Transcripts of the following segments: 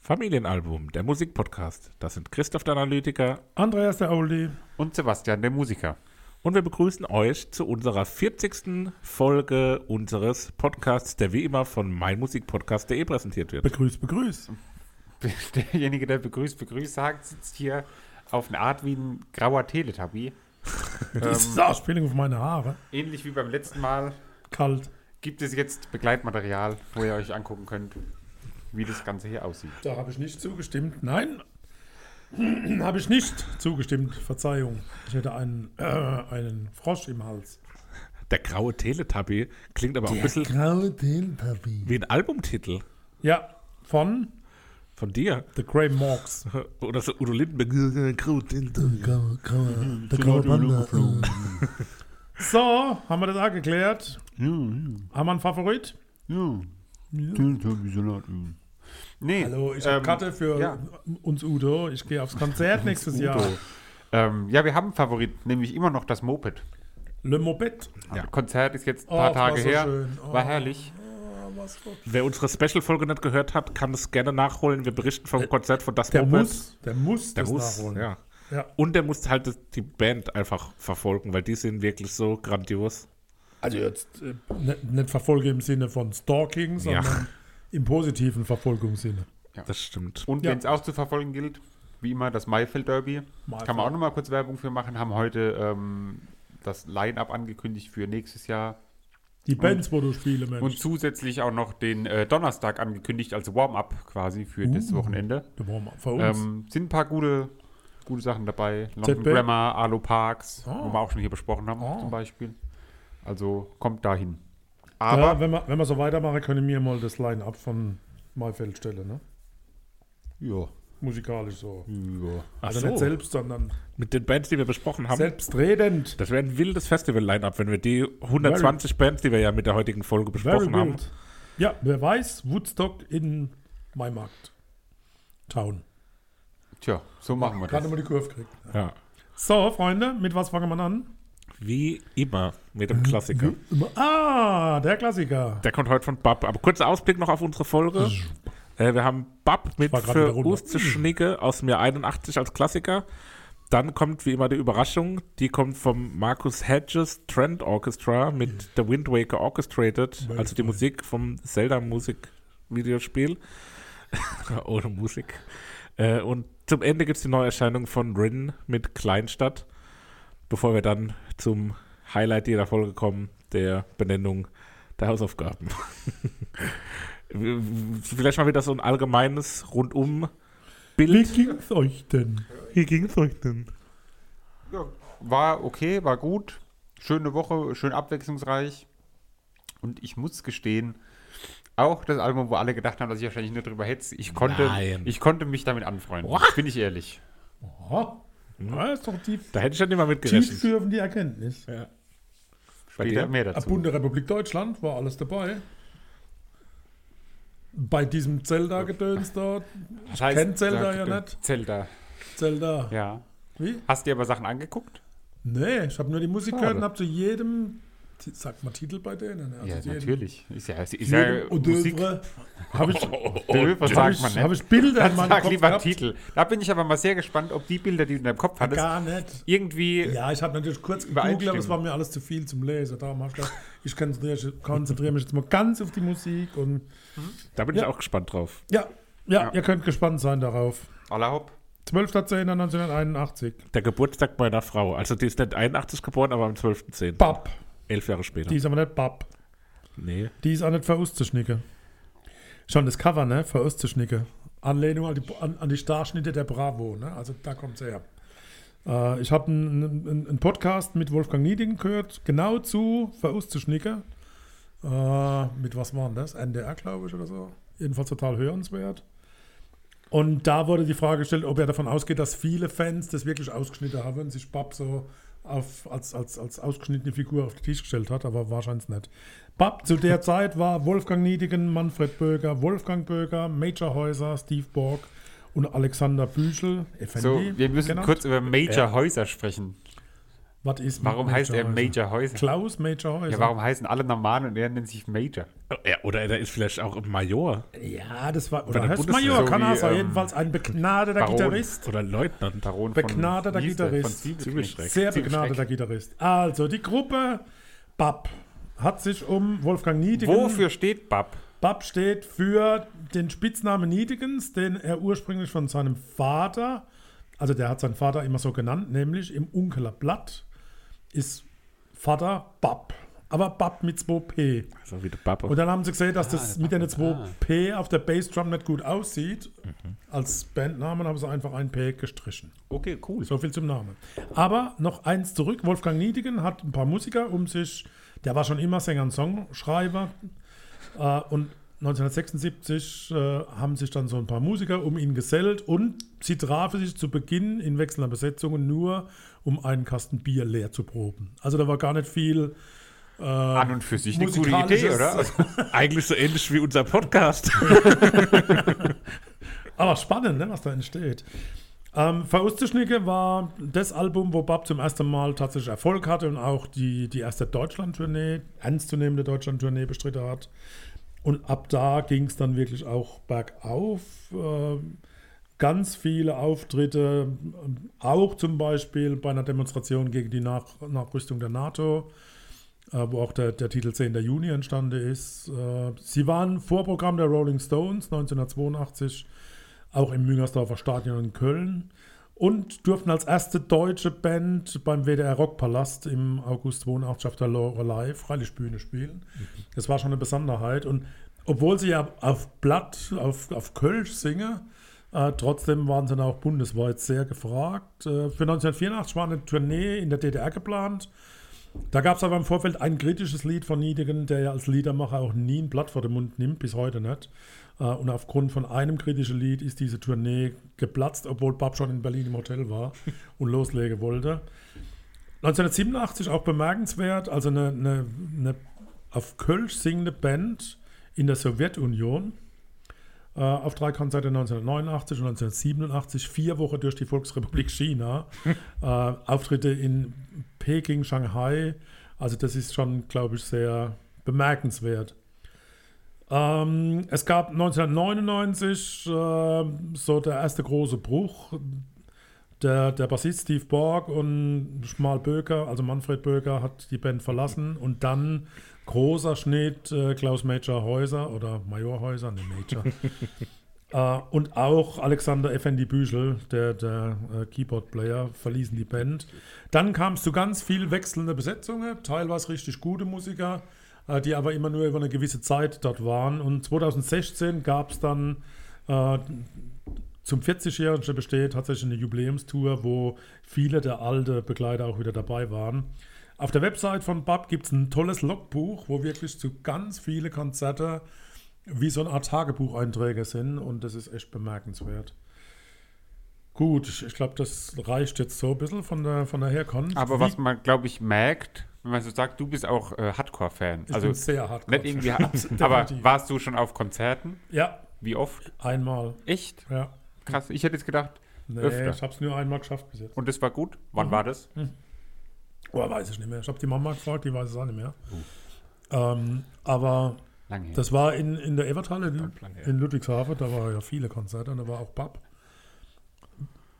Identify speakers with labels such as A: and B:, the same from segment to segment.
A: Familienalbum, der Musikpodcast. Das sind Christoph der Analytiker
B: Andreas der Auli.
C: Und Sebastian, der Musiker.
A: und wir begrüßen euch zu unserer 40. Folge unseres Podcasts, der wie immer von meinmusikpodcast.de präsentiert wird.
B: Begrüßt, begrüßt.
C: Derjenige, der begrüßt, begrüßt sagt, sitzt hier auf eine Art wie ein grauer Teletubby.
B: So, Spieling auf meine Haare.
C: Ähnlich wie beim letzten Mal
B: Kalt.
C: gibt es jetzt Begleitmaterial, wo ihr euch angucken könnt, wie das Ganze hier aussieht.
B: Da habe ich nicht zugestimmt. Nein, habe ich nicht zugestimmt. Verzeihung. Ich hätte einen, äh, einen Frosch im Hals.
A: Der graue Teletubby klingt aber auch ein bisschen
B: Graue Teletubby.
A: wie ein Albumtitel
B: Ja, von
A: von dir.
B: The Grey Morgs.
A: Oder so Udo Lindenberg. Graue Teletubby.
B: Der graue Panda. So, haben wir das auch geklärt? Haben wir einen Favorit?
C: Nee,
B: Hallo, ich habe
C: ähm,
B: Karte für
C: ja.
B: uns Udo. Ich gehe aufs Konzert nächstes Jahr.
C: Udo. Ähm, ja, wir haben einen Favorit, nämlich immer noch das Moped.
B: Le Moped.
A: Ja.
C: Konzert ist jetzt ein
B: Oh,
C: paar
B: es war
C: Tage
B: so
C: her.
B: schön. Oh.
C: War herrlich.
A: Wer unsere Special-Folge nicht gehört hat, kann es gerne nachholen. Wir berichten vom Konzert von Das
B: Äh, Der
A: Moped.
B: muss, der muss
A: Der
B: das
A: muss,
B: nachholen.
A: ja.
B: Ja.
A: Und der muss halt das- die Band einfach verfolgen, weil die sind wirklich so grandios.
B: Also jetzt äh, nicht, nicht Verfolge im Sinne von Stalking, sondern
A: Ja.
B: im positiven Verfolgungssinne.
A: Das stimmt.
C: Und
B: Ja.
C: wenn es auch zu verfolgen gilt, wie immer das Maifeld Derby.
B: Maifeld.
C: Kann man auch nochmal kurz Werbung für machen. Haben heute ähm, das Line-Up angekündigt für nächstes Jahr.
B: Die Bands, wo du spiele, Mensch.
C: Und zusätzlich auch noch den äh, Donnerstag angekündigt als Warm-up quasi für
A: Uh.
C: das Wochenende.
B: Da brauchen wir- Für uns.
C: Ähm, sind ein paar gute, gute Sachen dabei. London
B: ZB.
C: Grammar, Arlo Parks,
A: Ah.
B: Oh.
C: wo wir auch schon hier besprochen haben
B: Oh.
C: zum Beispiel. Also kommt dahin. Aber
B: ja, wenn, wir, wenn wir so weitermachen, können wir mal das Line-Up von Maifeld stellen, ne?
C: ja.
B: Musikalisch so.
A: Ach
B: Also nicht selbst, sondern
A: Mit den Bands, die wir besprochen haben.
B: selbstredend.
A: Das wäre ein wildes Festival-Line-Up, wenn wir die 120 Bands, die wir ja mit der heutigen Folge besprochen haben.
B: Ja, wer weiß, Woodstock in Maimarkt. Town.
C: Tja, so machen wir
B: Gerade
C: das.
B: mal die Kurve kriegt.
A: Ja.
B: So, Freunde, mit was fangen wir an?
A: Wie immer mit
B: Mhm.
A: dem Klassiker.
B: Ah, der Klassiker.
A: Der kommt heute von Bab. Aber kurzer Ausblick noch auf unsere Folge. Äh, wir haben Bab mit
B: war grad in
A: für
B: der Runde. Mhm.
A: Usteschnicke aus dem Jahr 81 als Klassiker. Dann kommt wie immer die Überraschung. Die kommt vom Marcus Hedges Trend Orchestra mit The Wind Waker Orchestrated. Also die Musik vom Zelda-Musik-Videospiel. Ohne Musik. Äh, und zum Ende gibt es die Neuerscheinung von Rin mit Kleinstadt. Bevor wir dann zum Highlight jeder Folge kommen, der Benennung der Hausaufgaben. Vielleicht mal wieder so ein allgemeines Rundum-Bild.
B: Wie ging's euch denn?
A: Wie ging es euch denn?
C: Ja, war okay, war gut. Schöne Woche, schön abwechslungsreich. Und ich muss gestehen, auch das Album, wo alle gedacht haben, dass ich wahrscheinlich nur drüber hetze, ich konnte,
A: Nein.
C: ich konnte mich damit anfreunden. Bin ich ehrlich.
B: Oh, ja, ist doch die
A: Da hätte ich ja nicht mal mit gerechnet.
B: tiefführende Erkenntnis.
A: Bei
C: Später
A: dir?
C: mehr
B: Eine
C: dazu.
B: Bunde Republik Deutschland war alles dabei. Bei diesem Zelda-Gedöns dort.
C: Das
B: kenn Zelda ja
C: Gedö-
B: nicht.
C: äh, Zelda,
B: Zelda.
C: ja.
B: Wie?
C: Hast du dir aber Sachen angeguckt?
B: Nee, ich habe nur die Musik
C: Schade.
B: gehört und habe zu jedem, Ti- sagt man Titel bei denen. Also zu jedem-
C: Ist ja, ist, ist ja
B: Jedem
C: Musik.
B: Odeuvre habe ich,
C: Odeuvre
B: hab
C: sagt man
B: ich,
C: nicht.
B: hab ich Bilder
C: Dann
B: in meinem
C: sag
B: Kopf
C: lieber einen
B: gehabt.
C: Titel. Da bin ich aber mal sehr gespannt, ob die Bilder, die du in deinem Kopf hattest,
B: Gar nicht.
C: irgendwie
B: Ja, ich habe natürlich kurz gegoogelt, aber es
C: Übereinstimmen.
B: war mir alles zu viel zum Lesen. Darum habe ich gedacht, ich konzentriere, konzentriere mich jetzt mal ganz auf die Musik und
A: Da bin ich
B: Ja.
A: auch gespannt drauf.
B: ja, Ja,
C: Ja.
B: ihr könnt gespannt sein darauf.
C: Aller hopp.
B: 12.10.1981.
A: Der Geburtstag meiner Frau. Also die ist nicht 81 geboren, aber am 12.10.
B: Bab.
A: Elf Jahre später.
B: Die ist aber nicht Bab.
A: nee.
B: Die ist auch nicht verustzuschnicken. Schon das Cover, ne? Verustzuschnicken. Anlehnung an die, an, an die Starschnitte der Bravo, ne? Also da kommt's her. Äh, ich habe einen einen- einen Podcast mit Wolfgang Nieding gehört, genau zu Verustzuschnicken. Äh, mit was war denn das? NDR, glaube ich, oder so. Jedenfalls total hörenswert. Und da wurde die Frage gestellt, ob er davon ausgeht, dass viele Fans das wirklich ausgeschnitten haben und sich Bab so auf, als, als, als ausgeschnittene Figur auf den Tisch gestellt hat, aber wahrscheinlich nicht. Bab zu der Zeit war Wolfgang Niedigen, Manfred Böger, Wolfgang Böger, Major Häuser, Steve Borg und Alexander Büchel. FND
C: So, wir müssen
B: genannt.
C: kurz über Major Häuser sprechen.
B: Was ist
C: Warum heißt er Major Häuser?
B: Klaus Major Häuser.
C: Ja, warum heißen alle Normalen und er nennt sich Major?
A: Ja, oder er ist vielleicht auch Major
B: Ja, das war.
A: der
B: Oder heißt
A: Bundeswehr.
B: Major
C: So
B: kann
C: wie,
B: er sein.
C: ähm,
B: jedenfalls ein begnadeter
C: Baron.
B: Gitarrist.
A: oder Leutnant.
C: Baron
B: Begnadeter
C: wie hieß der?
B: Gitarrist.
C: Von
A: Zwiebelschreck.
C: Zwiebelschreck.
B: Sehr
C: Zwiebelschreck.
B: begnadeter Gitarrist. Also, die Gruppe Bab hat sich um Wolfgang Niedigen.
C: Wofür steht Bab?
B: Bab steht für den Spitznamen Niedigens, den er ursprünglich von seinem Vater, also der hat seinen Vater immer so genannt, nämlich im Unkeler Blatt ist Vater Bab. Aber Bab mit 2P.
A: So wie der Papa.
B: Und dann haben sie gesehen, dass das mit den 2P auf der Bassdrum nicht gut aussieht. Als Bandnamen haben sie einfach ein P gestrichen.
C: Okay, cool.
B: So viel zum Namen. Aber noch eins zurück. Wolfgang Niedigen hat ein paar Musiker um sich. Der war schon immer Sänger und Songschreiber. Äh, und 1976 äh, haben sich dann so ein paar Musiker um ihn gesellt und sie trafen sich zu Beginn in wechselnder Besetzungen nur, um einen Kasten Bier leer zu proben. Also da war gar nicht viel.
C: An und für sich eine gute Idee,
B: Ähm, musikalisches-
C: oder? Also,
A: Eigentlich so ähnlich wie unser Podcast.
B: Aber spannend, ne, was da entsteht. Ähm, Verustschnicke war das Album, wo Bab zum ersten Mal tatsächlich Erfolg hatte und auch die, die erste Deutschland-Tournee, ernstzunehmende Deutschland-Tournee bestritten hat. Und ab da ging es dann wirklich auch bergauf. Ähm, ganz viele Auftritte, ähm, auch zum Beispiel bei einer Demonstration gegen die Nach Nachrüstung der NATO äh, wo auch der, der Titel 10. Juni entstanden ist. Äh, sie waren Vorprogramm der Rolling Stones 1982, auch im Müngersdorfer Stadion in Köln und durften als erste deutsche Band beim WDR Rockpalast im August 82 auf der Lorelei Freilichtbühne spielen. Das war schon eine Besonderheit und obwohl sie ja auf Blatt, auf, auf Kölsch singen, äh, trotzdem waren sie dann auch bundesweit sehr gefragt. Äh, für 1984 war eine Tournee in der DDR geplant. Da gab es aber im Vorfeld ein kritisches Lied von Niedigen, der ja als Liedermacher auch nie ein Blatt vor den Mund nimmt, bis heute nicht. Äh, Und aufgrund von einem kritischen Lied ist diese Tournee geplatzt, obwohl Bab schon in Berlin im Hotel war und loslegen wollte. 1987 auch bemerkenswert, also eine, eine, eine auf Kölsch singende Band in der Sowjetunion. Äh, auf drei Konzerte 1989 und 1987, vier Wochen durch die Volksrepublik China. äh, Auftritte in Peking, Shanghai. Also das ist schon, glaube ich, sehr bemerkenswert. Ähm, es gab 1999 ähm, so der erste große Bruch. Der, der Bassist Steve Borg und Schmal Böker, also Manfred Böker, hat die Band verlassen und dann großer Schnitt äh, Klaus Major Häuser oder Major Häuser, ne Major. Äh, und auch Alexander Effendi Büchel, der, der äh, Keyboard-Player, verließen die Band. Dann kam es zu ganz viel wechselnde Besetzungen, teilweise richtig gute Musiker, äh, die aber immer nur über eine gewisse Zeit dort waren. Und 2016 gab es dann äh, zum 40-Jährigen besteht tatsächlich eine Jubiläumstour, wo viele der alten Begleiter auch wieder dabei waren. Auf der Website von Bab gibt es ein tolles Logbuch, wo wirklich zu ganz viele Konzerte wie so eine Art Tagebucheinträge sind und das ist echt bemerkenswert. Gut, ich, ich glaube, das reicht jetzt so ein bisschen von der, von der Herkunft.
C: aber
B: Wie-
C: was man, glaube ich, merkt, wenn man so sagt, du bist auch äh, Hardcore-Fan.
B: Ich
C: Also
B: bin sehr hardcore.
C: nicht irgendwie, aber warst du schon auf Konzerten?
B: Ja,
C: Wie oft?
B: einmal.
C: Echt?
B: Ja.
C: Krass. Ich hätte jetzt gedacht,
B: Nee,
C: öfter.
B: ich habe es nur einmal geschafft bis jetzt.
C: Und das war gut? Wann
B: Mhm.
C: war das?
B: Oder weiß ich nicht mehr. Ich habe die Mama gefragt, die weiß es auch nicht mehr.
C: Oh.
B: Ähm, aber
C: Lange her.
B: das war in, in der Everthalle in,
C: lang her.
B: in Ludwigshafen, da war ja viele Konzerte und da war auch Bab.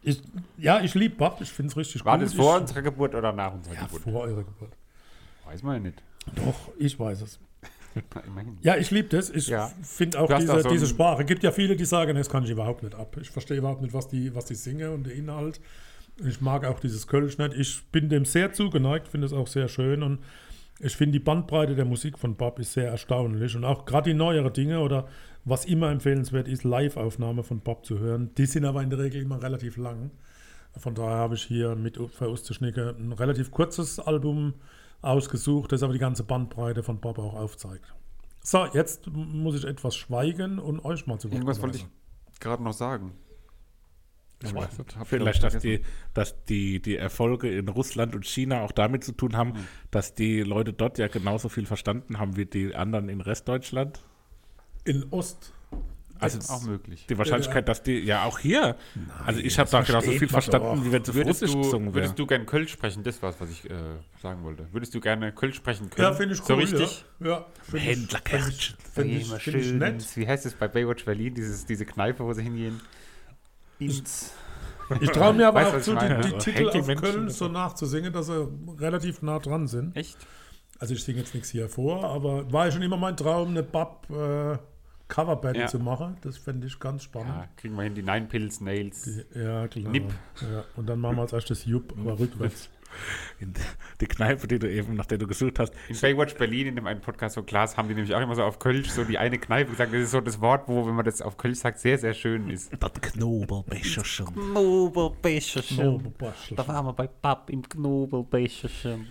B: Ich, ja, ich liebe Bab, ich finde es richtig
C: war
B: gut.
C: das vor
B: ich,
C: unserer Geburt oder nach unserer
B: ja,
C: Geburt?
B: vor eurer Geburt.
C: Weiß man ja nicht.
B: Doch, ich weiß es.
C: Na, immerhin.
B: Ja, ich liebe das. Ich
C: Ja.
B: finde auch
C: Du hast
B: diese,
C: auch so ein-
B: diese Sprache. gibt ja viele, die sagen, das kann ich überhaupt nicht ab. Ich verstehe überhaupt nicht, was die, was die singen und der Inhalt. Ich mag auch dieses Kölsch nicht. Ich bin dem sehr zugeneigt, finde es auch sehr schön. Und ich finde die Bandbreite der Musik von Bob ist sehr erstaunlich. Und auch gerade die neueren Dinge oder was immer empfehlenswert ist, Live-Aufnahme von Bob zu hören. Die sind aber in der Regel immer relativ lang. Von daher habe ich hier mit Verustschnicke ein relativ kurzes Album ausgesucht, das aber die ganze Bandbreite von Bob auch aufzeigt. So, jetzt m- muss ich etwas schweigen und euch mal zu Wort
C: Irgendwas wollte
B: kommen
C: ich gerade noch sagen.
A: Vielleicht, dass die, dass die, die Erfolge in Russland und China auch damit zu tun haben, dass die Leute dort ja genauso viel verstanden haben wie die anderen in Restdeutschland.
B: lassen. In Ost.
A: Also
C: ist auch möglich.
A: die Wahrscheinlichkeit, dass die, ja auch hier, also ich habe da genauso viel
B: versteht man
A: verstanden,
B: doch.
A: wie wenn es auf
C: Würdest
A: Russisch
C: du,
A: gesungen wäre.
C: würdest du gerne Köln sprechen? Das war es, was ich äh, sagen wollte. Würdest du gerne Köln sprechen können?
B: Ja, finde ich cool.
C: So richtig?
B: Ja, ja finde ich-
A: Händlerkärtchen.
B: Finde ich, find ich, find ich nett.
C: Wie heißt es bei Baywatch Berlin? Dieses, diese Kneipe, wo sie hingehen? Ins.
B: Ich traue mir aber
C: Weißt,
B: auch
C: was
B: zu,
C: ich meine?
B: die, die
A: Also,
B: Titel
A: hält die
B: auf
A: Menschen
B: Köln
A: davon.
B: so nachzusingen, dass sie relativ nah dran sind.
C: Echt?
B: Also ich singe jetzt nichts hier vor, aber war ja schon immer mein Traum, eine Bob äh, Coverband
C: Ja.
B: zu machen. Das fände ich ganz spannend.
C: Ja, kriegen wir hin, die Nine Pills, Nails.
B: Ja, klar.
C: Nip.
B: Ja, und dann machen wir als erstes Jupp, aber rückwärts.
A: In die Kneipe, die du eben, nach der du gesucht hast.
C: In Baywatch Berlin, in dem einen Podcast von Klaas, haben die nämlich auch immer so auf Kölsch so die eine Kneipe gesagt. Das ist so das Wort, wo, wenn man das auf Kölsch sagt, sehr, sehr schön ist.
A: Das Knobelbecher schon.
D: Knobelbecherchen.
B: Knobelbecherchen.
D: Da waren wir bei Papp im Knobelbecherchen.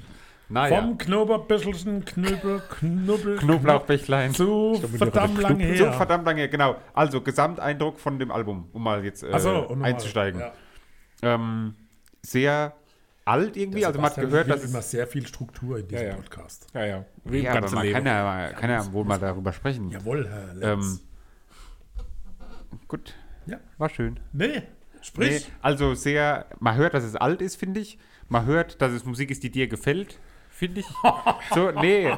C: Naja,
B: Vom Knoberbüschelchen, Knöbel, Knubbel,
C: Knoblauchbächlein.
B: zu verdammt lang her.
C: So verdammt lange, genau. Also, Gesamteindruck von dem Album, um mal jetzt äh,
B: Ach so, und nochmal.
C: einzusteigen. Also
B: Ja.
C: Ähm, sehr alt irgendwie, also man hat
B: Sebastian
C: gehört,
B: will
C: dass
B: immer
C: es.
B: sehr viel Struktur in diesem
A: Ja, ja.
B: Podcast.
A: Ja, ja. Wie im
C: Ja, aber
A: ganzen
C: man
A: Leben.
C: kann ja, kann ja wohl mal darüber sprechen.
B: Jawohl, Herr Lenz.
C: Ähm, gut,
B: ja.
C: war schön.
B: Nee,
C: Nee,
B: sprich.
C: also sehr, man hört, dass es alt ist, finde ich. Man hört, dass es Musik ist, die dir gefällt, finde ich. So, nee,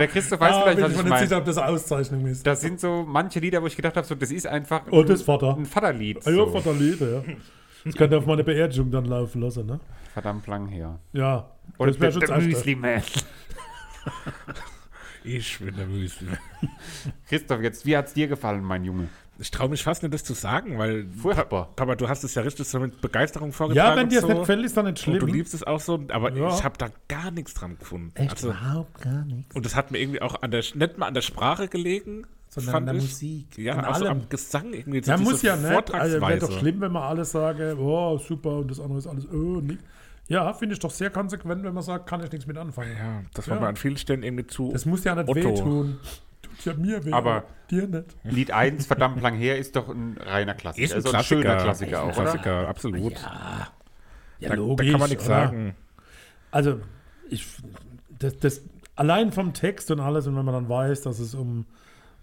C: der Christoph weiß
B: Ah,
C: vielleicht,
B: bin
C: was
B: ich
C: ich
B: mir nicht sicher,
C: meine.
B: ob das eine Auszeichnung ist.
C: Das sind so manche Lieder, wo ich gedacht habe, so, das ist einfach
B: Oh, das Vater.
C: ein Vaterlied.
B: Ah, ja,
C: So.
B: Vater Liebe, ja. Das könnte auf meine Beerdigung dann laufen lassen, ne?
C: Verdammt lang her.
B: Ja.
C: Oder
B: das wäre
C: der,
B: schon
C: der
B: das Erste.
C: Müsli Man.
A: Ich bin der Müsli.
C: Christoph, jetzt, wie hat's dir gefallen, mein Junge?
A: Ich traue mich fast nicht, das zu sagen, weil.
C: Furchtbar.
A: Papa, du hast es ja richtig so mit Begeisterung vorgetragen.
B: Ja, wenn
A: und
B: dir es
A: so.
B: nicht gefällt, ist dann nicht
A: Und du
B: schlimm.
A: liebst es auch so, aber
B: Ja.
A: ich habe da gar nichts dran gefunden.
D: Echt
A: Also,
D: überhaupt gar nichts.
A: und das hat mir irgendwie auch an der, nicht mal an der Sprache gelegen,
D: Sondern
A: fand
D: an der
A: ich.
D: Musik,
A: Ja,
D: an
A: auch so
D: allem.
A: am Gesang irgendwie. so
B: Ja,
A: diese
B: muss ja nicht. Also wäre
A: Vortragsweise.
B: doch schlimm, wenn man alles sage, oh, super, und das andere ist alles, oh, nicht. Ja, finde ich doch sehr konsequent, wenn man sagt, kann ich nichts mit anfangen.
A: Ja, das war
B: Ja.
A: mir an vielen Stellen irgendwie zu.
B: Das muss ja nicht
A: Otto.
B: wehtun. Tut ja mir weh,
C: Aber-
B: dir nicht.
C: Lied 1, verdammt lang her, ist doch ein reiner Klassiker.
A: ist ein
C: Also
A: Klassiker.
C: schöner Klassiker
A: Ist
C: auch,
A: ein Klassiker, absolut. da,
B: Ja,
A: da kann man nichts
B: oder?
A: sagen.
B: Also, ich, das, das, allein vom Text und alles, und wenn man dann weiß, dass es um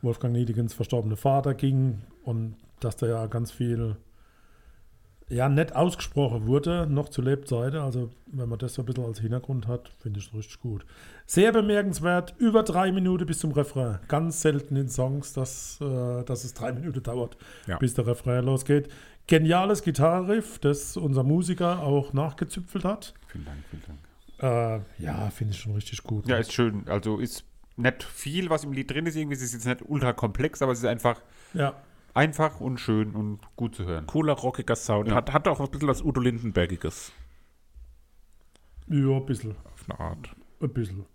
B: Wolfgang Niedigens verstorbene Vater ging und dass da ja ganz viel ja, nett ausgesprochen wurde, noch zu Lebzeiten. Also, wenn man das so ein bisschen als Hintergrund hat, finde ich es richtig gut. Sehr bemerkenswert, über drei Minuten bis zum Refrain. Ganz selten in Songs, dass, äh, dass es drei Minuten dauert,
A: Ja.
B: bis der Refrain losgeht. Geniales Gitarrenriff, das unser Musiker auch nachgezüpfelt hat.
C: Vielen Dank, vielen Dank.
B: Äh, ja, finde ich schon richtig gut. ne?
C: Ja, ist schön. Also ist nicht viel, was im Lied drin ist. Irgendwie Es ist jetzt nicht ultra komplex, aber es ist einfach
B: ja.
C: einfach und schön und gut zu hören.
A: Cooler, rockiger Sound.
C: Ja.
A: Hat, hat auch ein bisschen was Udo Lindenbergiges.
B: ja, ein bisschen.
A: Auf eine Art.
B: Ein bisschen.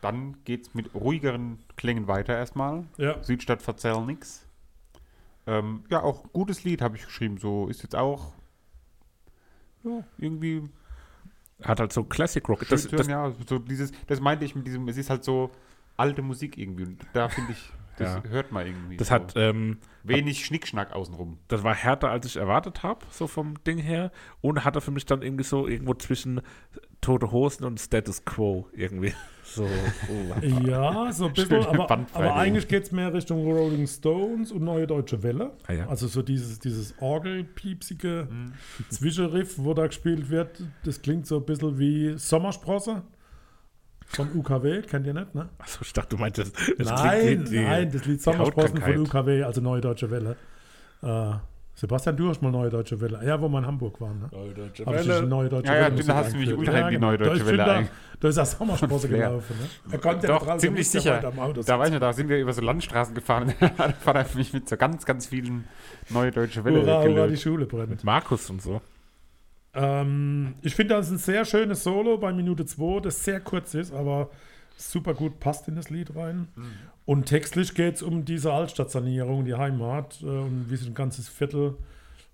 C: Dann geht's mit ruhigeren Klängen weiter erstmal.
B: Ja.
C: Südstadt verzell nix. Ähm, ja, auch gutes Lied habe ich geschrieben. So ist jetzt auch ja, irgendwie
A: Hat halt so Classic Rock.
C: schön
A: Das,
C: zu hören,
A: das,
C: ja, also so dieses, das meinte ich mit diesem, es ist halt so alte Musik irgendwie. Und da finde ich, das
A: Ja.
C: hört man irgendwie.
A: das
C: so.
A: hat, ähm,
C: wenig Schnickschnack außenrum.
A: das war härter, als ich erwartet habe, so vom Ding her. Und hatte für mich dann irgendwie so irgendwo zwischen Tote Hosen und Status Quo irgendwie. So, oh.
B: Ja, so ein bisschen,
C: Schöne
B: aber,
C: Bandbreite.
B: aber eigentlich geht es mehr Richtung Rolling Stones und Neue Deutsche Welle.
A: Ah, ja.
B: Also so dieses, dieses orgelpiepsige
C: Mhm.
B: Zwischenriff, wo da gespielt wird, das klingt so ein bisschen wie Sommersprosse von UKW, kennt ihr nicht, ne?
A: Achso, also ich dachte, du meintest, es
B: nein,
A: klingt wie die-
B: nein, das Lied
A: die
B: Sommersprossen von
A: Hautkrankheit.
B: UKW, also Neue Deutsche Welle. Äh, Sebastian, du hast mal Neue Deutsche Welle. äh, Ja, wo wir in Hamburg waren. Ne?
A: Neue Deutsche
B: Hab ich dich in Neue Deutsche
C: Ja, ja,
B: Musik
C: da hast du mich
B: eingeführt.
C: ultra in die Neue Deutsche
B: da ist
C: Welle
B: Günther-
C: ein-
B: Da ist das Sommersprosse
C: Flair.
B: gelaufen. Ne? Er konnte
C: Doch,
B: nicht raus, er
C: ziemlich
B: musste
C: sicher.
B: weiter am Auto
C: Da
B: sitzen.
C: weiß ich noch, da sind wir über so Landstraßen gefahren. da hat er mich mit so ganz, ganz vielen neue deutsche Welle
B: Hurra, hurra, die
C: gelöst.
B: Schule brennt.
A: Markus und so.
B: Ähm, ich finde, das ist ein sehr schönes Solo bei Minute 2, das sehr kurz ist, aber super gut passt in das Lied rein. Und textlich geht es um diese Altstadtsanierung, die Heimat äh, und wie sich ein ganzes Viertel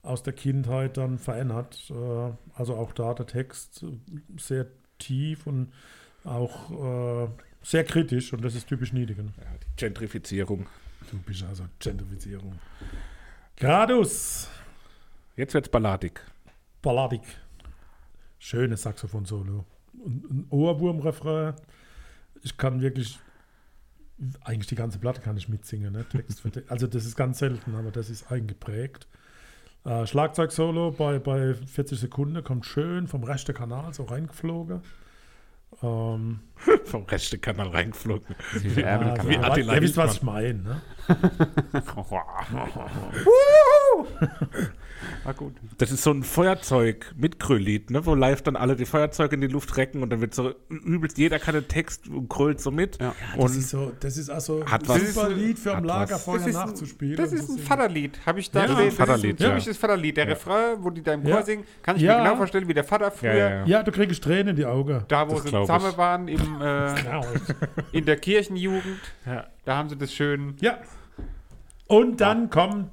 B: aus der Kindheit dann verändert. Äh, also auch da der Text äh, sehr tief und auch äh, sehr kritisch und das ist typisch Niedigen.
A: Ja, die Gentrifizierung.
B: Typisch also Gentrifizierung. Gradus,
A: Jetzt wird's balladig.
B: Balladik. Schönes Saxophon-Solo. Und Ein Ohrwurm-Refrain. Ich kann wirklich, eigentlich die ganze Platte kann ich mitsingen. Ne? Text für Text. also das ist ganz selten, aber das ist eingeprägt. Äh, Schlagzeug-Solo bei, bei 40 Sekunden kommt schön vom rechten Kanal so reingeflogen. Ähm,
A: Vom rechten Kanal reingeflogen.
C: Ärmel
B: also,
C: kann
B: ihr,
C: man-
B: wei-
A: Attila
B: ihr wisst, was ich meine. Ne?
C: War gut.
A: Das ist so ein Feuerzeug mit Krölllied, ne? wo live dann alle die Feuerzeuge in die Luft recken und dann wird so übelst, jeder kann den Text und krölt so mit.
C: Ja.
A: und
B: Das ist, so, das ist also
A: Hat
B: ein
A: was.
B: super Lied für am
A: Hat was.
B: Lagerfeuer nachzuspielen.
C: Das
B: und
C: ist
B: zu
C: ein
B: singen.
C: Vaterlied, habe ich da
B: Ja,
C: gesehen.
A: Vaterlied,
C: das ist
A: ja.
C: ein typisches Vaterlied. Der Refrain, wo die da im Chor
B: Ja.
C: singen, kann ich
B: Ja.
C: mir genau vorstellen, wie der Vater früher,
A: ja, ja, ja.
B: Ja, du kriegst Tränen in die Augen.
C: da wo
A: Das
C: sie
A: glaub ich.
C: zusammen waren, im, äh,
B: Genau.
C: in der Kirchenjugend,
A: Ja.
C: da haben sie das schön.
B: Ja. Und dann kommt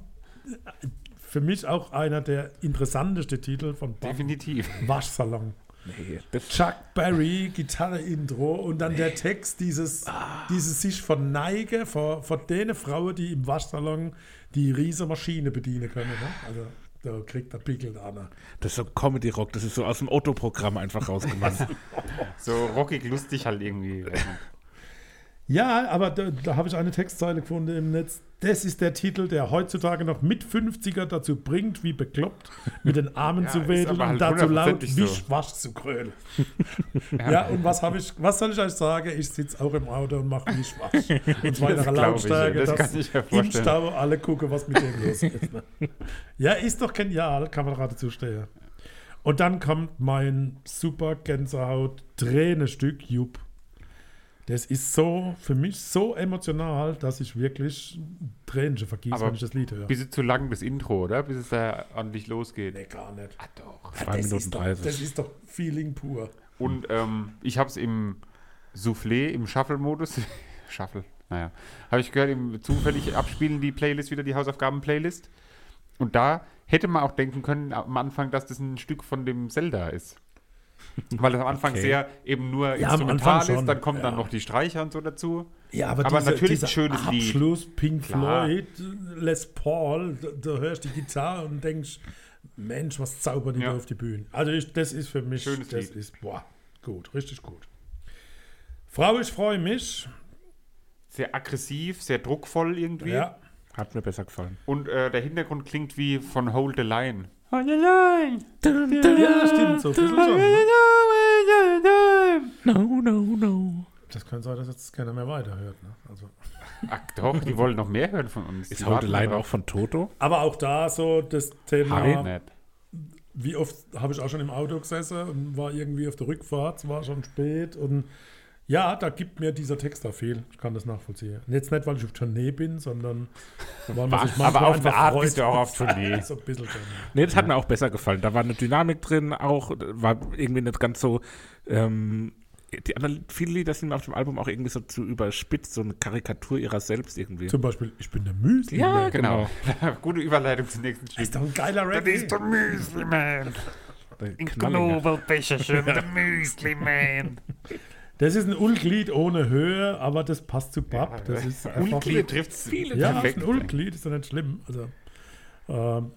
B: für mich auch einer der interessantesten Titel von Bach,
C: Definitiv.
B: Waschsalon.
A: Nee, das,
B: Chuck Berry, Gitarre-Intro und dann der Text, dieses,
A: Ah.
B: dieses sich verneige vor, vor den Frauen, die im Waschsalon die riesige Maschine bedienen können. Ne? Also da kriegt der Pickel da. Ne?
A: das ist so Comedy-Rock, das ist so aus dem Otto-Programm einfach rausgemacht.
C: So rockig, lustig halt irgendwie.
B: Ja, aber da, da habe ich eine Textzeile gefunden im Netz. Das ist der Titel, der heutzutage noch mit 50er dazu bringt, wie bekloppt, mit den Armen
C: Ja,
B: zu
C: ist
B: wedeln
C: aber
B: und
C: halt
B: dazu laut
C: hundertprozentig so.
B: Wischwasch zu krölen. ja, und was habe ich, was soll ich euch sagen? Ich sitze auch im Auto und mache Wischwasch. Und zwar in einer
C: glaub ich, ja.
B: Lautstärke,
C: Das
B: dass
C: kann ich mir
B: im
C: vorstellen.
B: Stau alle gucken, was mit dem los ist. Ne? Ja, ist doch genial, kann man gerade zustehen. Und dann kommt mein super Gänsehaut-Tränenstück, Jupp. Das ist so, für mich so emotional, dass ich wirklich Tränen schon vergieße,
C: Aber
B: wenn ich das Lied höre.
C: Bis zu lang das Intro, oder? Bis es da ordentlich losgeht.
B: Nee, gar nicht.
C: Ah, doch.
A: Zwei Minuten
B: ist doch,
A: 30.
B: das ist doch Feeling pur.
C: Und ähm, ich habe es im Soufflé, im Shuffle-Modus. Shuffle, naja. Habe ich gehört, im zufällig abspielen die Playlist wieder, die Hausaufgaben-Playlist. Und da hätte man auch denken können äh, am Anfang, dass das ein Stück von dem Zelda ist. Weil das am Anfang
A: Okay.
C: sehr eben nur
B: Ja, am
C: instrumental
B: Anfang schon.
C: ist, dann kommen dann
B: Ja.
C: noch die Streicher und so dazu.
B: Ja,
C: Aber
B: dieser-
C: natürlich
B: dieser
C: schönes Lied.
B: Abschluss, Pink
C: Klar.
B: Floyd, Les Paul, da, da hörst du die Gitarre und denkst, Mensch, was zaubern die
C: Ja.
B: da auf die Bühne. Also ich, das ist für mich,
C: Schönes
B: das
C: Lied.
B: ist, boah, gut, richtig gut. Frau, ich freue mich.
C: Sehr aggressiv, sehr druckvoll irgendwie.
B: Ja,
A: Hat mir besser gefallen.
C: Und äh, der Hintergrund klingt wie von Hold the Line.
B: ja stimmt, so ein bisschen schon. ne?
A: No, no, no.
B: Das könnte sein, dass jetzt keiner mehr weiterhört. Ne? Also.
C: Ach doch, die wollen noch mehr hören von uns.
A: Ist
C: Die
A: Hold the
C: warten
A: Line auch
C: darauf.
A: von Toto?
B: Aber auch da so das Thema,
C: Harry? Nicht.
B: wie oft habe ich auch schon im Auto gesessen und war irgendwie auf der Rückfahrt, es war schon spät und ja, da gibt mir dieser Text da viel. Ich kann das nachvollziehen. Und jetzt nicht, weil ich auf Tournee bin, sondern weil man sich manchmal
C: Aber auf der
B: einfach
C: Art
B: freut.
C: bist du auch auf Tournee.
B: so ein bisschen schon.
A: Nee, das hat mir auch besser gefallen. Da war eine Dynamik drin, auch war irgendwie nicht ganz so. Ähm, die anderen, viele Lieder sind auf dem Album auch irgendwie so zu überspitzt, so eine Karikatur ihrer selbst irgendwie.
B: Zum Beispiel, ich bin der Müsli.
A: ja,
C: Genau.
A: genau.
C: Gute Überleitung zum nächsten
B: Das
C: Stück.
B: ist doch ein geiler Rap.
C: der Müsli Man. eh,
A: Knalliger.
D: Knobelbecherchen, der
C: Müsli Man.
B: Das ist ein Ulglied ohne Höhe, aber das passt zu Bab. Das ist einfach
C: Unglied trifft's
A: Viele
B: Ja,
C: perfekt.
B: ist ein Ulklied, ist ja nicht schlimm. Also, ähm,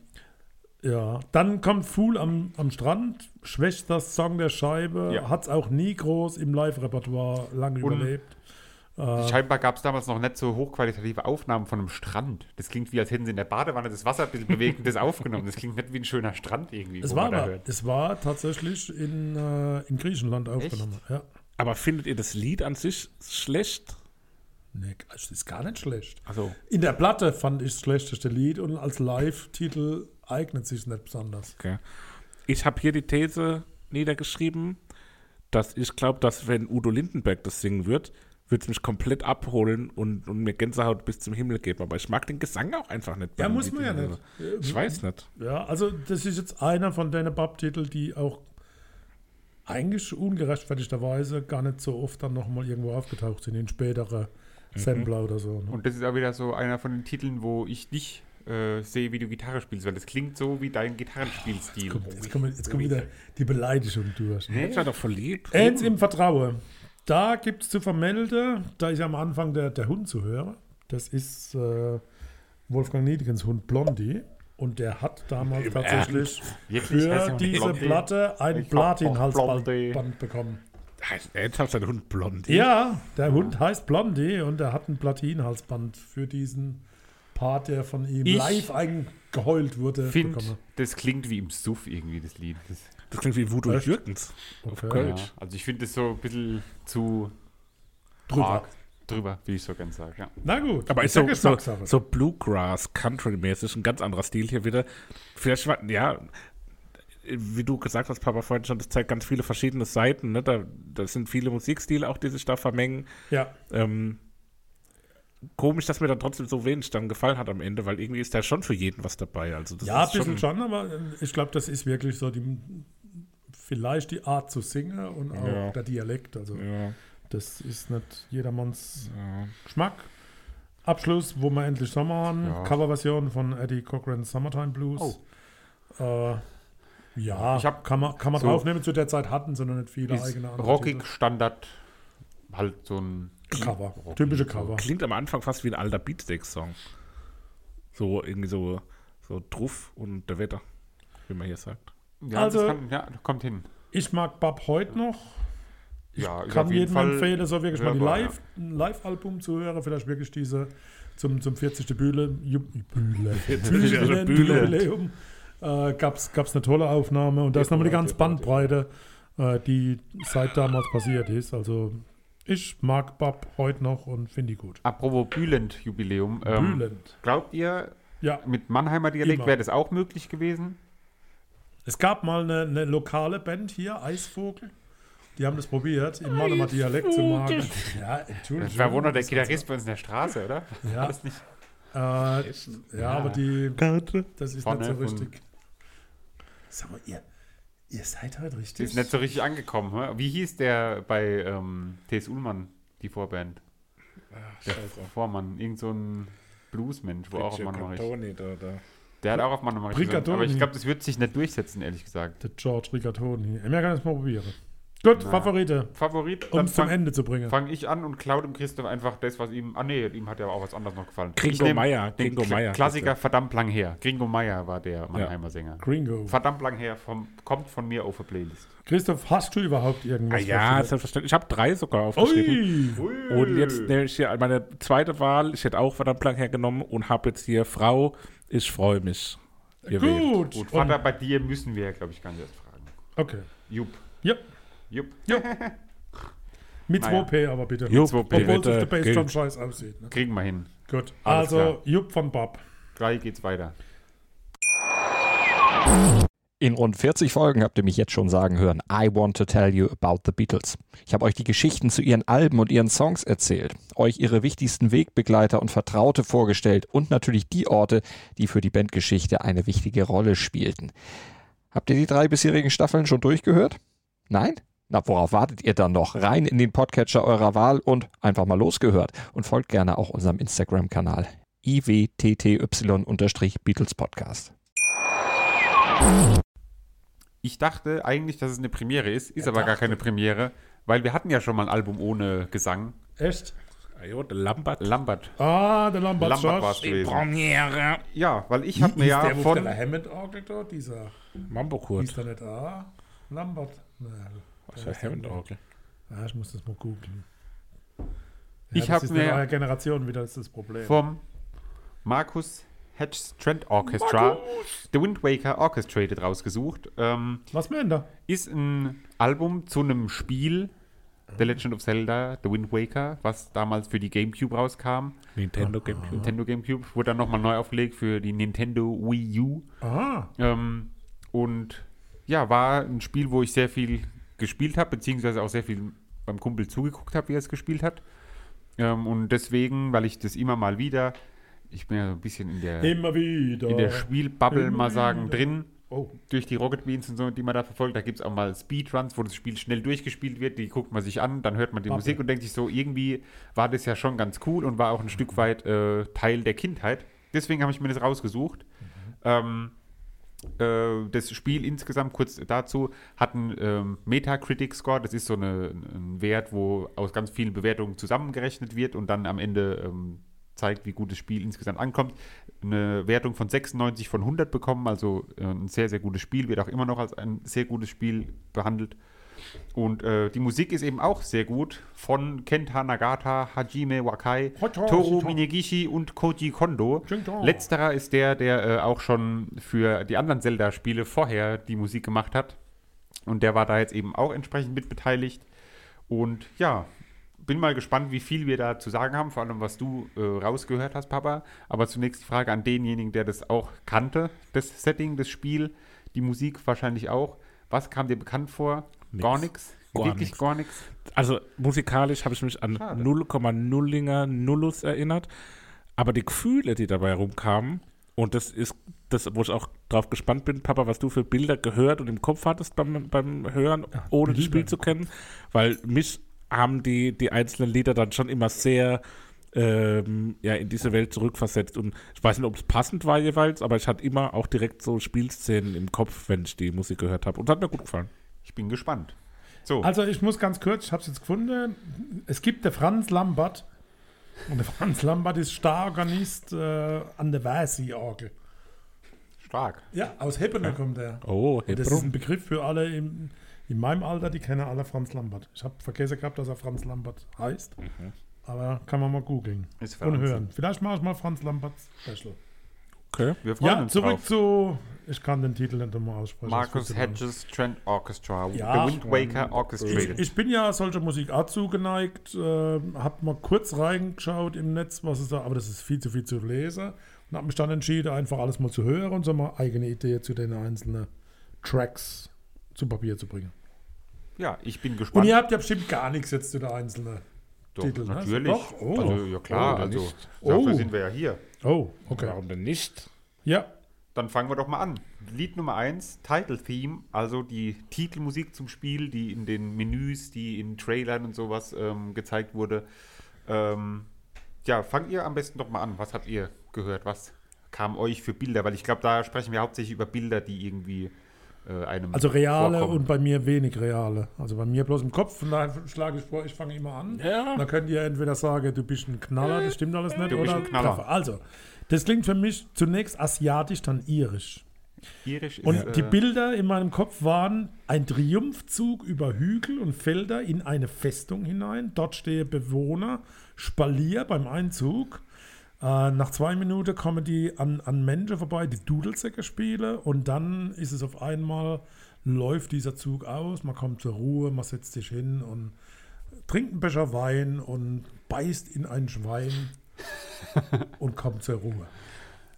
B: ja, dann kommt Fool am, am Strand, schwächt das Song der Scheibe,
C: Ja.
B: hat es auch nie groß im Live-Repertoire lange
C: Und-
B: überlebt.
C: Scheinbar gab es damals noch nicht so hochqualitative Aufnahmen von einem Strand. Das klingt wie, als hätten sie in der Badewanne das Wasser ein bisschen bewegt und das aufgenommen. Das klingt nicht wie ein schöner Strand irgendwie.
B: Es
C: wo
B: war
C: man da
B: aber,
C: hört.
B: es war tatsächlich in, äh, in Griechenland aufgenommen. Ja.
A: Aber findet ihr das Lied an sich schlecht?
B: Nee, das ist gar nicht schlecht.
A: Ach so.
B: In der Platte fand ich das schlechteste Lied und als Live-Titel eignet sich nicht besonders.
A: Okay. Ich habe hier die These niedergeschrieben, dass ich glaube, dass wenn Udo Lindenberg das singen wird, würde es mich komplett abholen und, und mir Gänsehaut bis zum Himmel geben. Aber ich mag den Gesang auch einfach nicht. bei
B: Ja,
A: dem
B: muss
A: Lied.
B: man ja nicht.
A: Ich weiß nicht.
B: Ja, also das ist jetzt einer von deinen Bab-Titeln, die auch eigentlich ungerechtfertigterweise gar nicht so oft dann nochmal irgendwo aufgetaucht sind, in späterer Sampler oder so. Ne?
C: Mhm. Und das ist auch wieder so einer von den Titeln, wo ich dich äh, sehe, wie du Gitarre spielst, weil das klingt so wie dein Gitarrenspielstil.
B: Kommt, jetzt, kommt, jetzt kommt wieder die Beleidigung durch.
A: Ich war doch verliebt.
B: Eins im Vertrauen. Da gibt es zu vermelden, da ist am Anfang der, der Hund zu hören. Das ist äh, Wolfgang Niedegens Hund Blondie. Und der hat damals tatsächlich
C: Wirklich? Heißt
B: für
C: der Hund
B: diese
C: Blondie?
B: Platte ein
C: Ich hab doch
B: Platin-Halsband
C: Blondie.
B: bekommen.
A: Heißt, Jetzt hat sein Hund blond.
B: Ja, der Hund heißt Blondie und er hat ein Platin-Halsband für diesen Part, der von ihm
C: Ich
B: live eingeheult wurde.
C: Find,
B: bekommen.
C: das klingt wie im Suff irgendwie, das Lied. Das,
A: Das klingt wie Voodoo Jürgens.
B: Okay.
C: ja. Also ich finde das so ein bisschen zu
B: Drüber.
C: arg drüber, wie ich so gerne sage. Ja.
B: Na gut,
A: Aber ist
B: ja
A: so, so,
B: Geschmackssache.
A: so Bluegrass, Country-mäßig, ein ganz anderer Stil hier wieder. Vielleicht war, ja, wie du gesagt hast, Papa, vorhin schon, das zeigt ganz viele verschiedene Seiten. Ne? Da, da sind viele Musikstile auch, die sich da vermengen.
B: Ja,
A: Ähm, komisch, dass mir dann trotzdem so wenig dann gefallen hat am Ende, weil irgendwie ist da schon für jeden was dabei. Also das
B: Ja, ein
A: ist schon,
B: bisschen schon, aber äh, ich glaube, das ist wirklich so die vielleicht die Art zu singen und auch
A: Ja.
B: der Dialekt. Also
A: Ja,
B: das ist nicht jedermanns
A: ja.
B: Geschmack. Abschluss, wo wir endlich Sommer haben.
C: Ja.
B: Coverversion von Eddie Cochran's Summertime Blues. Äh, ja,
C: Oh. Ich hab
B: kann man, kann man
C: so-
B: draufnehmen. Zu der Zeit hatten sie noch nicht viele
C: Ist
B: eigene andere
C: rockig, Standard, halt so ein
B: Titel. Cover. Typische Cover.
A: Klingt am Anfang fast wie ein alter Beatsteak-Song. So irgendwie so, so Truff und der Wetter, wie man hier sagt.
C: Ja,
B: Also-
C: das kann, ja, kommt hin.
B: Ich mag Bab heute noch.
C: Ja, ist Also
B: kann
C: auf jeden
B: jedem
C: Fall
B: empfehlen, so wirklich mal die
C: hörbar,
B: Live, ein Live-Album zu hören, vielleicht wirklich diese zum, zum 40. Bühle, Ju- Bühle,
A: 40.
B: Bühlen-
A: Bühlen-
B: Jubiläum, äh, gab es eine tolle Aufnahme und da ist nochmal die ganze Bandbreite, äh, die seit damals passiert ist. Also ich mag Bab heute noch und finde die gut.
C: Apropos Bülent-Jubiläum. Ähm,
B: Bühlend.
C: Glaubt ihr,
B: Ja,
C: mit Mannheimer Dialekt
B: Immer.
C: wäre das auch möglich gewesen?
B: es gab mal eine, eine lokale Band hier, Eisvogel. Die haben das probiert, im Mannemer Dialekt zu machen. Ja, Entschuldigung.
C: Das war wohl noch der Gitarrist bei uns in der Straße, oder?
B: Ja.
C: Das nicht.
B: Äh, ja, aber die. Das ist
C: Vorne
B: nicht so
C: von-
B: richtig. Sag mal, ihr, ihr seid heute
C: Die
B: richtig.
C: ist nicht so richtig angekommen. Hä? Wie hieß der bei ähm, T.S. Ullmann, die Vorband?
B: Ah,
C: der Vormann, irgend so ein Bluesmensch, wo auch auf Mannheim
A: Tony da, da.
C: Der hat auch auf Mannheim
B: Brigatoni.
C: Aber ich glaube, das wird sich nicht durchsetzen, ehrlich gesagt.
B: Der George Rigatoni. Wir können es mal probieren. Gut, Favorite.
C: Favorit,
B: Um
C: dann
B: es zum
C: fang,
B: Ende zu bringen.
C: fang ich an und klaue dem Christoph einfach das, was ihm. Ah, nee, ihm hat ja auch was anderes noch gefallen.
A: Gringo
C: Ich nehm
A: Meier,
C: den
A: Gringo
C: Kla-
A: Meier.
C: Klassiker verdammt lang her. Gringo Meier war der Mannheimer Sänger.
B: Gringo.
C: Verdammt lang her, vom, kommt von mir auf der Playlist.
B: Christoph, hast du überhaupt
A: Ah,
B: irgendwas?
A: ja,
B: was du-
A: selbstverständlich. Ich habe drei sogar aufgeschrieben.
B: Ui!
A: Und jetzt nehme ich hier meine zweite Wahl. Ich hätte auch verdammt lang hergenommen und habe jetzt hier Frau, ich freue mich. gewählt.
B: Gut.
C: Gut,
B: Und,
C: Vater, bei dir müssen wir, glaube ich, gar nicht erst fragen.
B: okay.
C: Jupp.
B: Ja,
C: Jupp.
B: mit
C: Naja.
B: 2P aber bitte.
A: Jupp,
C: Zwei P.
B: Obwohl
A: bitte,
B: sich der Bassdrum
A: gilt.
B: scheiß aussieht. Ne?
C: Kriegen wir hin.
B: Gut.
C: Alles
B: also,
C: klar.
B: Jupp von Bob.
C: Gleich geht's weiter.
E: In rund 40 Folgen habt ihr mich jetzt schon sagen hören, I want to tell you about the Beatles. Ich habe euch die Geschichten zu ihren Alben und ihren Songs erzählt, euch ihre wichtigsten Wegbegleiter und Vertraute vorgestellt und natürlich die Orte, die für die Bandgeschichte eine wichtige Rolle spielten. Habt ihr die drei bisherigen Staffeln schon durchgehört? Nein? Na, worauf wartet ihr dann noch? Rein in den Podcatcher eurer Wahl und einfach mal losgehört und folgt gerne auch unserem Instagram-Kanal iwtty-Beatles Podcast.
C: Ich dachte eigentlich, dass es eine Premiere ist, ist aber gar keine Premiere, weil wir hatten ja schon mal ein Album ohne Gesang.
B: Echt?
A: Ah, jo, der Lambert.
C: Lambert.
B: Ah, der Lambert,
C: Lambert
B: Lambert
C: war es gewesen.
A: Premiere.
C: Ja, weil ich habe mir
B: Ist
C: ja
B: der, von der
C: von.
B: Hammond-Orgel dort, dieser.
A: Mambo
B: Hieß
A: Kurt.
B: da nicht A? Lambert? Nein.
A: Was für Hammond-Orgel.
B: Ah, ich muss das mal googeln. Ja,
C: Ich
B: das
C: habe
B: ist eine neue
C: mir
B: Generation wieder, das ist das Problem.
C: vom Markus Hedge Strand Orchestra The Wind Waker Orchestrated rausgesucht. Ähm,
B: Was meint da?
C: ist ein Album zu einem Spiel, The Legend of Zelda, The Wind Waker, was damals für die Gamecube rauskam.
A: Nintendo GameCube.
C: Nintendo Gamecube wurde dann nochmal neu aufgelegt für die Nintendo Wii U.
B: Ah,
C: Ähm, und ja, war ein Spiel, wo ich sehr viel gespielt habe, beziehungsweise auch sehr viel beim Kumpel zugeguckt habe, wie er es gespielt hat. Ähm, und deswegen, weil ich das immer mal wieder, ich bin ja so ein bisschen in der,
B: immer wieder.
C: in der Spielbubble
B: Immer
C: mal sagen
B: wieder.
C: drin,
B: Oh.
C: durch die Rocket Beans und so, die man da verfolgt, da gibt es auch mal Speedruns, wo das Spiel schnell durchgespielt wird, die guckt man sich an, dann hört man die
B: Bubble.
C: Musik und denkt sich so, irgendwie war das ja schon ganz cool und war auch ein Stück weit äh, Teil der Kindheit. Deswegen habe ich mir das rausgesucht. Ähm, äh, das Spiel insgesamt, kurz dazu, hat einen ähm, Metacritic-Score. Das ist so eine, ein Wert, wo aus ganz vielen Bewertungen zusammengerechnet wird und dann am Ende ähm, zeigt, wie gut das Spiel insgesamt ankommt. Eine Wertung von 96 von 100 bekommen, also äh, ein sehr, sehr gutes Spiel, wird auch immer noch als ein sehr gutes Spiel behandelt. Und äh, die Musik ist eben auch sehr gut von Kenta Nagata, Hajime Wakai,
B: Hoto,
C: Toru
B: Hoto.
C: Minegishi und Koji Kondo.
B: Jinto.
C: Letzterer ist der, der äh, auch schon für die anderen Zelda-Spiele vorher die Musik gemacht hat. Und der war da jetzt eben auch entsprechend mit beteiligt. Und ja, bin mal gespannt, wie viel wir da zu sagen haben, vor allem was du äh, rausgehört hast, Papa. Aber zunächst die Frage an denjenigen, der das auch kannte, das Setting, das Spiel, die Musik wahrscheinlich auch. Was kam dir bekannt vor? Gar nichts.
A: Gar
C: Wirklich
A: nix.
C: gar nichts.
A: Also musikalisch habe ich mich an 0,0inger Nullus erinnert, aber die Gefühle, die dabei rumkamen, und das ist das, wo ich auch drauf gespannt bin, Papa, was du für Bilder gehört und im Kopf hattest beim, beim Hören, ohne das Spiel zu kennen, weil mich haben die, die einzelnen Lieder dann schon immer sehr ähm, ja, in diese Welt zurückversetzt. Und ich weiß nicht, ob es passend war jeweils, aber ich hatte immer auch direkt so Spielszenen im Kopf, wenn ich die Musik gehört habe. Und das hat mir gut gefallen.
C: Ich bin gespannt. So,
B: Also ich muss ganz kurz, ich habe es jetzt gefunden. Es gibt der Franz Lambert. Und der Franz Lambert ist Starorganist äh, an der Vasi-Orgel.
C: stark.
B: Ja, aus Heppene kommt er.
A: Oh,
B: Und Das ist ein Begriff für alle im, in meinem Alter, die kennen alle Franz Lambert. Ich habe vergessen gehabt, dass er Franz Lambert heißt. Aber kann man mal googeln
C: Mhm. Ist
B: und
C: Wahnsinn.
B: hören. Vielleicht mache ich mal Franz Lamberts Special.
A: Okay.
C: Wir freuen
B: Ja,
C: uns
B: zurück
C: drauf.
B: zu. Ich kann den Titel nicht nochmal aussprechen.
C: Marcus
B: Das wird so
C: Hedges Trend Orchestra,
B: Ja.
C: The Wind Waker
B: lang.
C: Orchestrated.
B: Ich bin ja solcher Musik auch zugeneigt. Äh, hab mal kurz reingeschaut im Netz, was es da, aber das ist viel zu viel zu lesen. Und habe mich dann entschieden, einfach alles mal zu hören und so mal eigene Idee zu den einzelnen Tracks zu Papier zu bringen.
C: ja, ich bin
B: Und
C: gespannt.
B: ihr habt ja bestimmt gar nichts jetzt zu der einzelnen.
C: Doch,
B: Titel, ne?
C: natürlich.
B: Doch, oh.
C: Also, ja klar,
B: Oh,
C: also
B: nicht.
C: dafür
B: Oh.
C: sind wir ja hier.
B: Oh, okay.
A: Warum denn nicht?
B: Ja,
C: Dann fangen wir doch mal an. Lied Nummer 1, Title Theme, also die Titelmusik zum Spiel, die in den Menüs, die in Trailern und sowas ähm, gezeigt wurde. Ähm, ja, fangt ihr am besten doch mal an. Was habt ihr gehört? Was kam euch für Bilder? Weil ich glaube, da sprechen wir hauptsächlich über Bilder, die irgendwie äh, einem.
B: also reale
C: vorkommen.
B: und bei mir wenig reale. Also bei mir bloß im Kopf. Von daher schlage ich vor, ich fange immer an.
A: Ja.
B: Da könnt ihr entweder sagen, du bist ein Knaller, das stimmt alles nicht,
C: Du bist
B: oder
C: ein Knaller.
B: Klaffer. Also, das klingt für mich zunächst asiatisch, dann irisch.
C: Tierisch ist,
B: Und
C: äh,
B: die Bilder in meinem Kopf waren ein Triumphzug über Hügel und Felder in eine Festung hinein. Dort stehe Bewohner, Spalier beim Einzug. Äh, nach zwei Minuten kommen die an, an Menschen vorbei, die Dudelsäcke spielen. Und dann ist es auf einmal, läuft dieser Zug aus, man kommt zur Ruhe, man setzt sich hin und trinkt einen Becher Wein und beißt in ein Schwein und kommt zur Ruhe.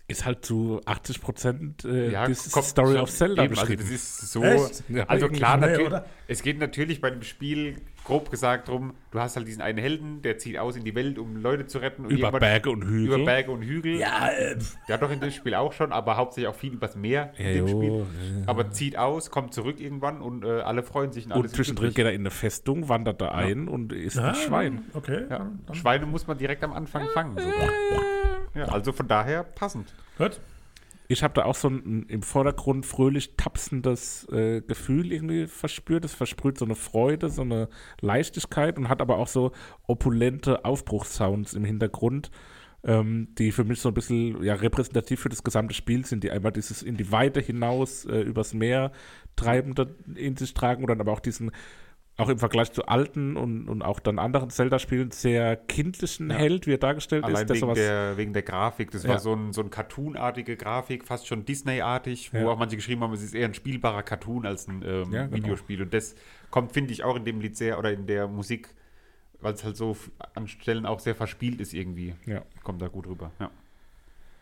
A: Ist halt zu 80 Prozent äh,
C: Ja,
A: das
C: kommt
A: Story
C: schon
A: of Zelda
C: eben,
A: beschrieben.
C: Also das ist so,
B: Echt?
A: Ja,
C: also
B: eigentlich
C: klar,
B: mehr,
C: natürlich,
B: oder?
C: es geht natürlich bei dem Spiel grob gesagt drum, du hast halt diesen einen Helden, der zieht aus in die Welt, um Leute zu retten. Und
A: über
C: irgendwann-
A: Berge und Hügel.
C: Über Berge und Hügel.
B: Ja, äh,
C: Der hat doch in dem Spiel auch schon, aber hauptsächlich auch viel übers Meer in
A: Ja,
C: dem
A: jo,
C: Spiel. Aber zieht aus, kommt zurück irgendwann und äh, alle freuen sich. alle
A: und
C: sind
A: zwischendrin
C: glücklich.
A: geht er in eine Festung, wandert da ein und ist ein Schwein.
B: Okay,
C: ja,
B: dann, dann
C: Schweine muss man direkt am Anfang fangen. Sogar. Ja, also von daher passend.
B: hört.
A: Ich habe da auch so ein im Vordergrund fröhlich tapsendes äh, Gefühl irgendwie verspürt. Es versprüht so eine Freude, so eine Leichtigkeit und hat aber auch so opulente Aufbruchssounds im Hintergrund, ähm, die für mich so ein bisschen ja, repräsentativ für das gesamte Spiel sind, die einmal dieses in die Weite hinaus äh, übers Meer treibende in sich tragen und dann aber auch diesen auch im Vergleich zu alten und, und auch dann anderen Zelda-Spielen sehr kindlichen Held, wie er dargestellt
C: Allein
A: ist. dass
C: wegen,
A: sowas-
C: der, wegen der Grafik. Das
A: Ja.
C: war so, ein, so ein Cartoon-artige Grafik, fast schon Disney-artig, wo
A: Ja.
C: auch manche geschrieben haben, es ist eher ein spielbarer Cartoon als ein ähm,
A: Ja, genau.
C: Videospiel. Und das kommt, finde ich, auch in dem Lied sehr oder in der Musik, weil es halt so f- an Stellen auch sehr verspielt ist irgendwie.
A: Ja.
C: Kommt da gut rüber. Ja.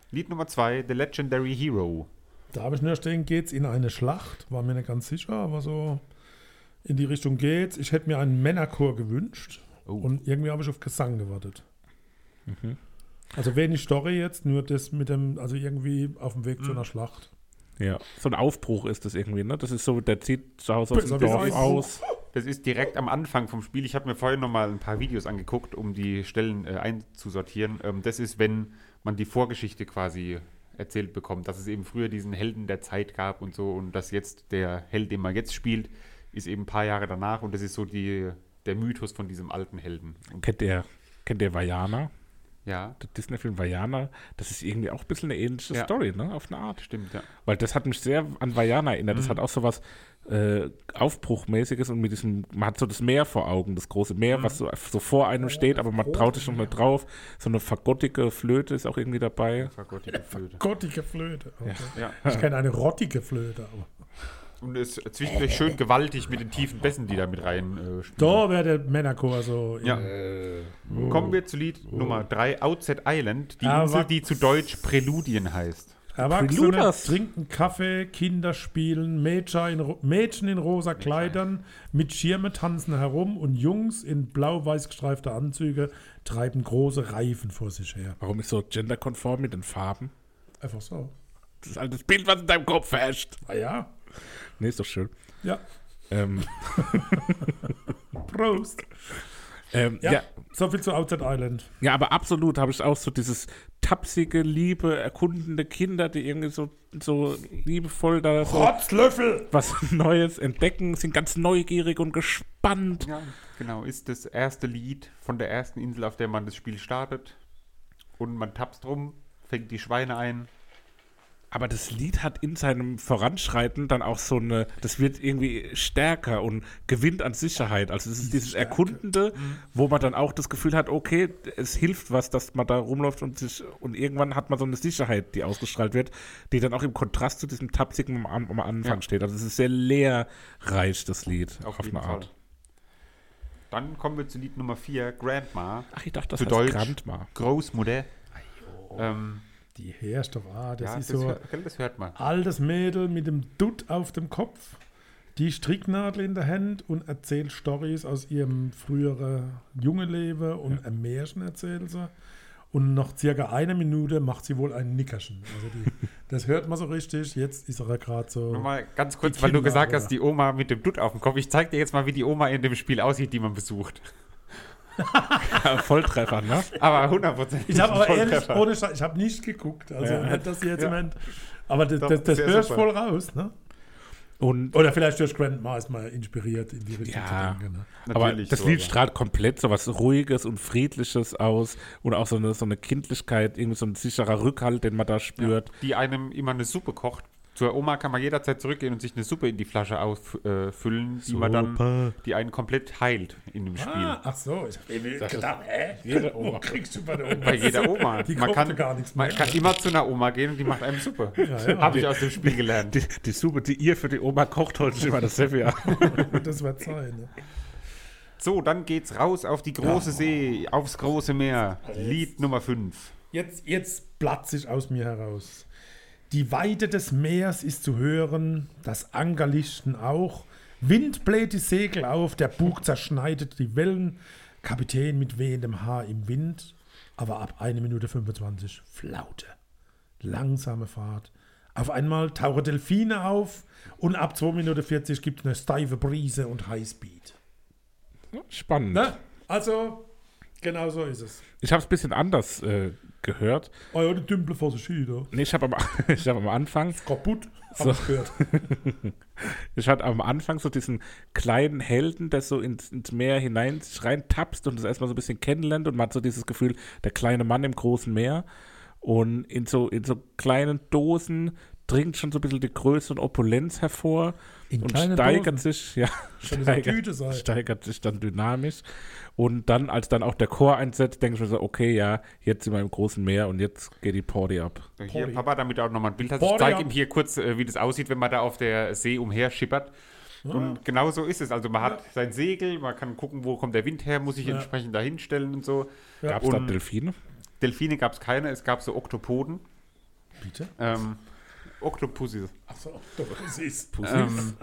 C: Lied Nummer zwei, The Legendary Hero.
B: Da habe ich nur stehen, geht's in eine Schlacht? War mir nicht ganz sicher, aber so in die Richtung geht's. Ich hätte mir einen Männerchor gewünscht
C: Oh.
B: und irgendwie habe ich auf Gesang gewartet.
C: Mhm.
B: Also wenig Story jetzt, nur das mit dem, also irgendwie auf dem Weg zu einer Schlacht.
A: Ja, so ein Aufbruch ist das irgendwie, ne? Das ist so, der zieht zu Hause aus
B: Das
A: dem
B: hab
A: Dorf
B: ich auch.
A: aus.
C: Das ist direkt am Anfang vom Spiel. Ich habe mir vorhin noch mal ein paar Videos angeguckt, um die Stellen äh, einzusortieren. Ähm, das ist, wenn man die Vorgeschichte quasi erzählt bekommt, dass es eben früher diesen Helden der Zeit gab und so und dass jetzt der Held, den man jetzt spielt, ist eben ein paar Jahre danach und das ist so die, der Mythos von diesem alten Helden. Und,
A: Kennt ihr, kennt ihr Vajana?
C: ja,
A: Der Disney-Film Vajana, das ist irgendwie auch ein bisschen eine ähnliche
C: Ja.
A: Story, ne? Auf eine Art.
C: stimmt, ja.
A: Weil das hat mich sehr an Vajana erinnert. Das hat auch so was äh, Aufbruchmäßiges und mit diesem, man hat so das Meer vor Augen, das große Meer, was so, so vor einem steht, aber man traut sich noch nicht drauf. So eine fagottige Flöte ist auch irgendwie dabei.
C: Vergottige Flöte.
B: Gottige Flöte. Okay.
C: Ja.
B: Ich kenne eine rottige Flöte, aber.
C: Und es ist zwischendurch schön gewaltig mit den tiefen Bässen, die da mit rein äh, spielen.
B: Da wäre der Männerchor so.
C: Ja.
B: Äh,
C: Kommen
B: oh,
C: wir zu Lied Nummer 3, Outset Island, die
B: Aber-
C: Insel, die zu Deutsch Präludien heißt.
B: Erwachsene
A: Preluders.
B: trinken Kaffee, Kinder spielen, Mädchen in, ro- Mädchen in rosa Kleidern mit Schirme tanzen herum und Jungs in blau-weiß gestreifte Anzüge treiben große Reifen vor sich her.
A: Warum ist so genderkonform mit den Farben?
B: Einfach so.
A: Das ist halt das Bild, was in deinem Kopf herrscht.
B: Ah ja.
A: Nee, ist doch schön.
B: Ja.
A: Ähm,
B: Prost.
A: ähm,
B: Ja.
A: ja,
B: So viel zu Outside Island.
A: Ja, aber absolut habe ich auch so dieses tapsige, liebe, erkundende Kinder, die irgendwie so, so liebevoll da so
B: Rotzlöffel!
A: was Neues entdecken, sind ganz neugierig und gespannt.
C: Ja, genau, ist das erste Lied von der ersten Insel, auf der man das Spiel startet. Und man tapst rum, fängt die Schweine ein.
A: Aber das Lied hat in seinem Voranschreiten dann auch so eine, das wird irgendwie stärker und gewinnt an Sicherheit. Also es ist dieses Erkundende,
C: Mhm.
A: wo man dann auch das Gefühl hat, okay, es hilft was, dass man da rumläuft und sich, und irgendwann hat man so eine Sicherheit, die ausgestrahlt wird, die dann auch im Kontrast zu diesem Tapsigen am, am Anfang
C: Ja.
A: steht. Also es ist sehr lehrreich, das Lied, auf,
C: jeden
A: eine Art.
C: Dann kommen wir zu Lied Nummer 4, Grandma,
A: Ach, ich dachte, das
C: Zu
A: heißt
C: Deutsch.
A: Grandma.
C: Großmutter. Ähm,
B: Die Herrschaft, ah, das
C: ja,
B: ist
C: das,
B: so
C: hört, gell, das hört man.
B: altes Mädel mit dem Dutt auf dem Kopf, die Stricknadel in der Hand und erzählt Stories aus ihrem früheren junge Leben und ein Märchen erzählt sie. Und nach circa einer Minute macht sie wohl ein Nickerchen. Also die, das hört man so richtig. Jetzt ist er gerade
C: Nur
B: so.
C: mal ganz kurz,
B: Die
C: weil du
B: Kinder,
C: gesagt
B: ja.
C: hast, die Oma mit dem Dutt auf dem Kopf. Ich zeig dir jetzt mal, wie die Oma in dem Spiel aussieht, die man besucht.
A: Volltreffer, ne?
C: Aber 100%.
B: Ich habe aber ehrlich,
C: Volltreffer.
B: ohne Scheiß, ich habe nicht geguckt. Also nicht, dass sie jetzt meint. Aber das,
C: Doch,
B: das, das
C: sehr
B: hörst
C: super.
B: voll raus, ne?
A: Und
B: Oder vielleicht durch Grandma ist man inspiriert, in die Richtung
A: Ja.
B: zu denken. Ne?
A: Aber
C: Natürlich
A: das
C: so,
A: Lied
C: aber-
A: strahlt komplett so was Ruhiges und Friedliches aus und auch so eine, so eine Kindlichkeit, irgendwie so ein sicherer Rückhalt, den man da spürt.
C: die einem immer eine Suppe kocht. Zur Oma kann man jederzeit zurückgehen und sich eine Suppe in die Flasche auffüllen, äh, füllen, die man dann, die einen komplett heilt in dem Spiel.
B: Ah, ach so, ich habe mir gedacht, hä?
A: jede
B: Wo
A: Oma.
B: kriegst du bei der Oma?
C: Bei jeder Oma.
B: Die
C: man
B: kocht
C: kann,
B: gar nichts
C: man
B: mehr.
C: kann immer zu einer Oma gehen und die macht einem Suppe.
B: ja.
C: Habe ich aus dem Spiel gelernt.
A: Die, die Suppe, die ihr für die Oma kocht, holt sich immer das Sevi an.
B: Das wird sein. Ne?
C: So, dann geht's raus auf die große See, aufs große Meer. Lied Nummer 5.
B: Jetzt, jetzt platze ich aus mir heraus. Die Weite des Meers ist zu hören, das Ankerlichten auch. Wind bläht die Segel auf, der Bug zerschneidet die Wellen. Kapitän mit wehendem Haar im Wind, aber ab 1 Minute 25 Flaute. Langsame Fahrt. Auf einmal tauchen Delfine auf und ab 2 Minuten 40 gibt es eine steife Brise und Highspeed.
A: Spannend.
B: Ne? Also, genau so ist es.
A: Ich habe es ein bisschen anders äh, gehört.
B: Oh ja, die Dümpel vor sich hin, da.
A: Nee, ich habe am, ich hab am Anfang
B: Kaputt, hab
A: So.
B: ich gehört.
A: Ich hatte am Anfang so diesen kleinen Helden, der so ins, ins Meer hinein sich reintapst und das erstmal so ein bisschen kennenlernt und man hat so dieses Gefühl, der kleine Mann im großen Meer und in so, in so kleinen Dosen dringt schon so ein bisschen die Größe und Opulenz hervor
B: In
A: und
B: kleinen
A: steigert
B: Dosen.
A: sich, ja,
B: Kann das eine
A: steigert,
B: Tüte sein?
A: steigert sich dann dynamisch. Und dann, als dann auch der Chor einsetzt, denke ich mir so, okay, ja, jetzt sind wir im großen Meer und jetzt geht die Party ab.
C: Hier, Papa, damit du auch nochmal ein Bild hast.
B: Body
C: Ich zeige
B: up.
C: ihm hier kurz, äh, wie das aussieht, wenn man da auf der See umher schippert.
B: Ah.
C: Und genau so ist es. Also man hat sein Segel, man kann gucken, wo kommt der Wind her, muss sich entsprechend dahinstellen und so.
A: Gab es da
C: Und-
A: Delfine?
C: Delfine gab es keine, es gab so Oktopoden.
B: Bitte?
C: Ähm, Oktopussis.
B: Achso, doch, das ist
C: Ähm,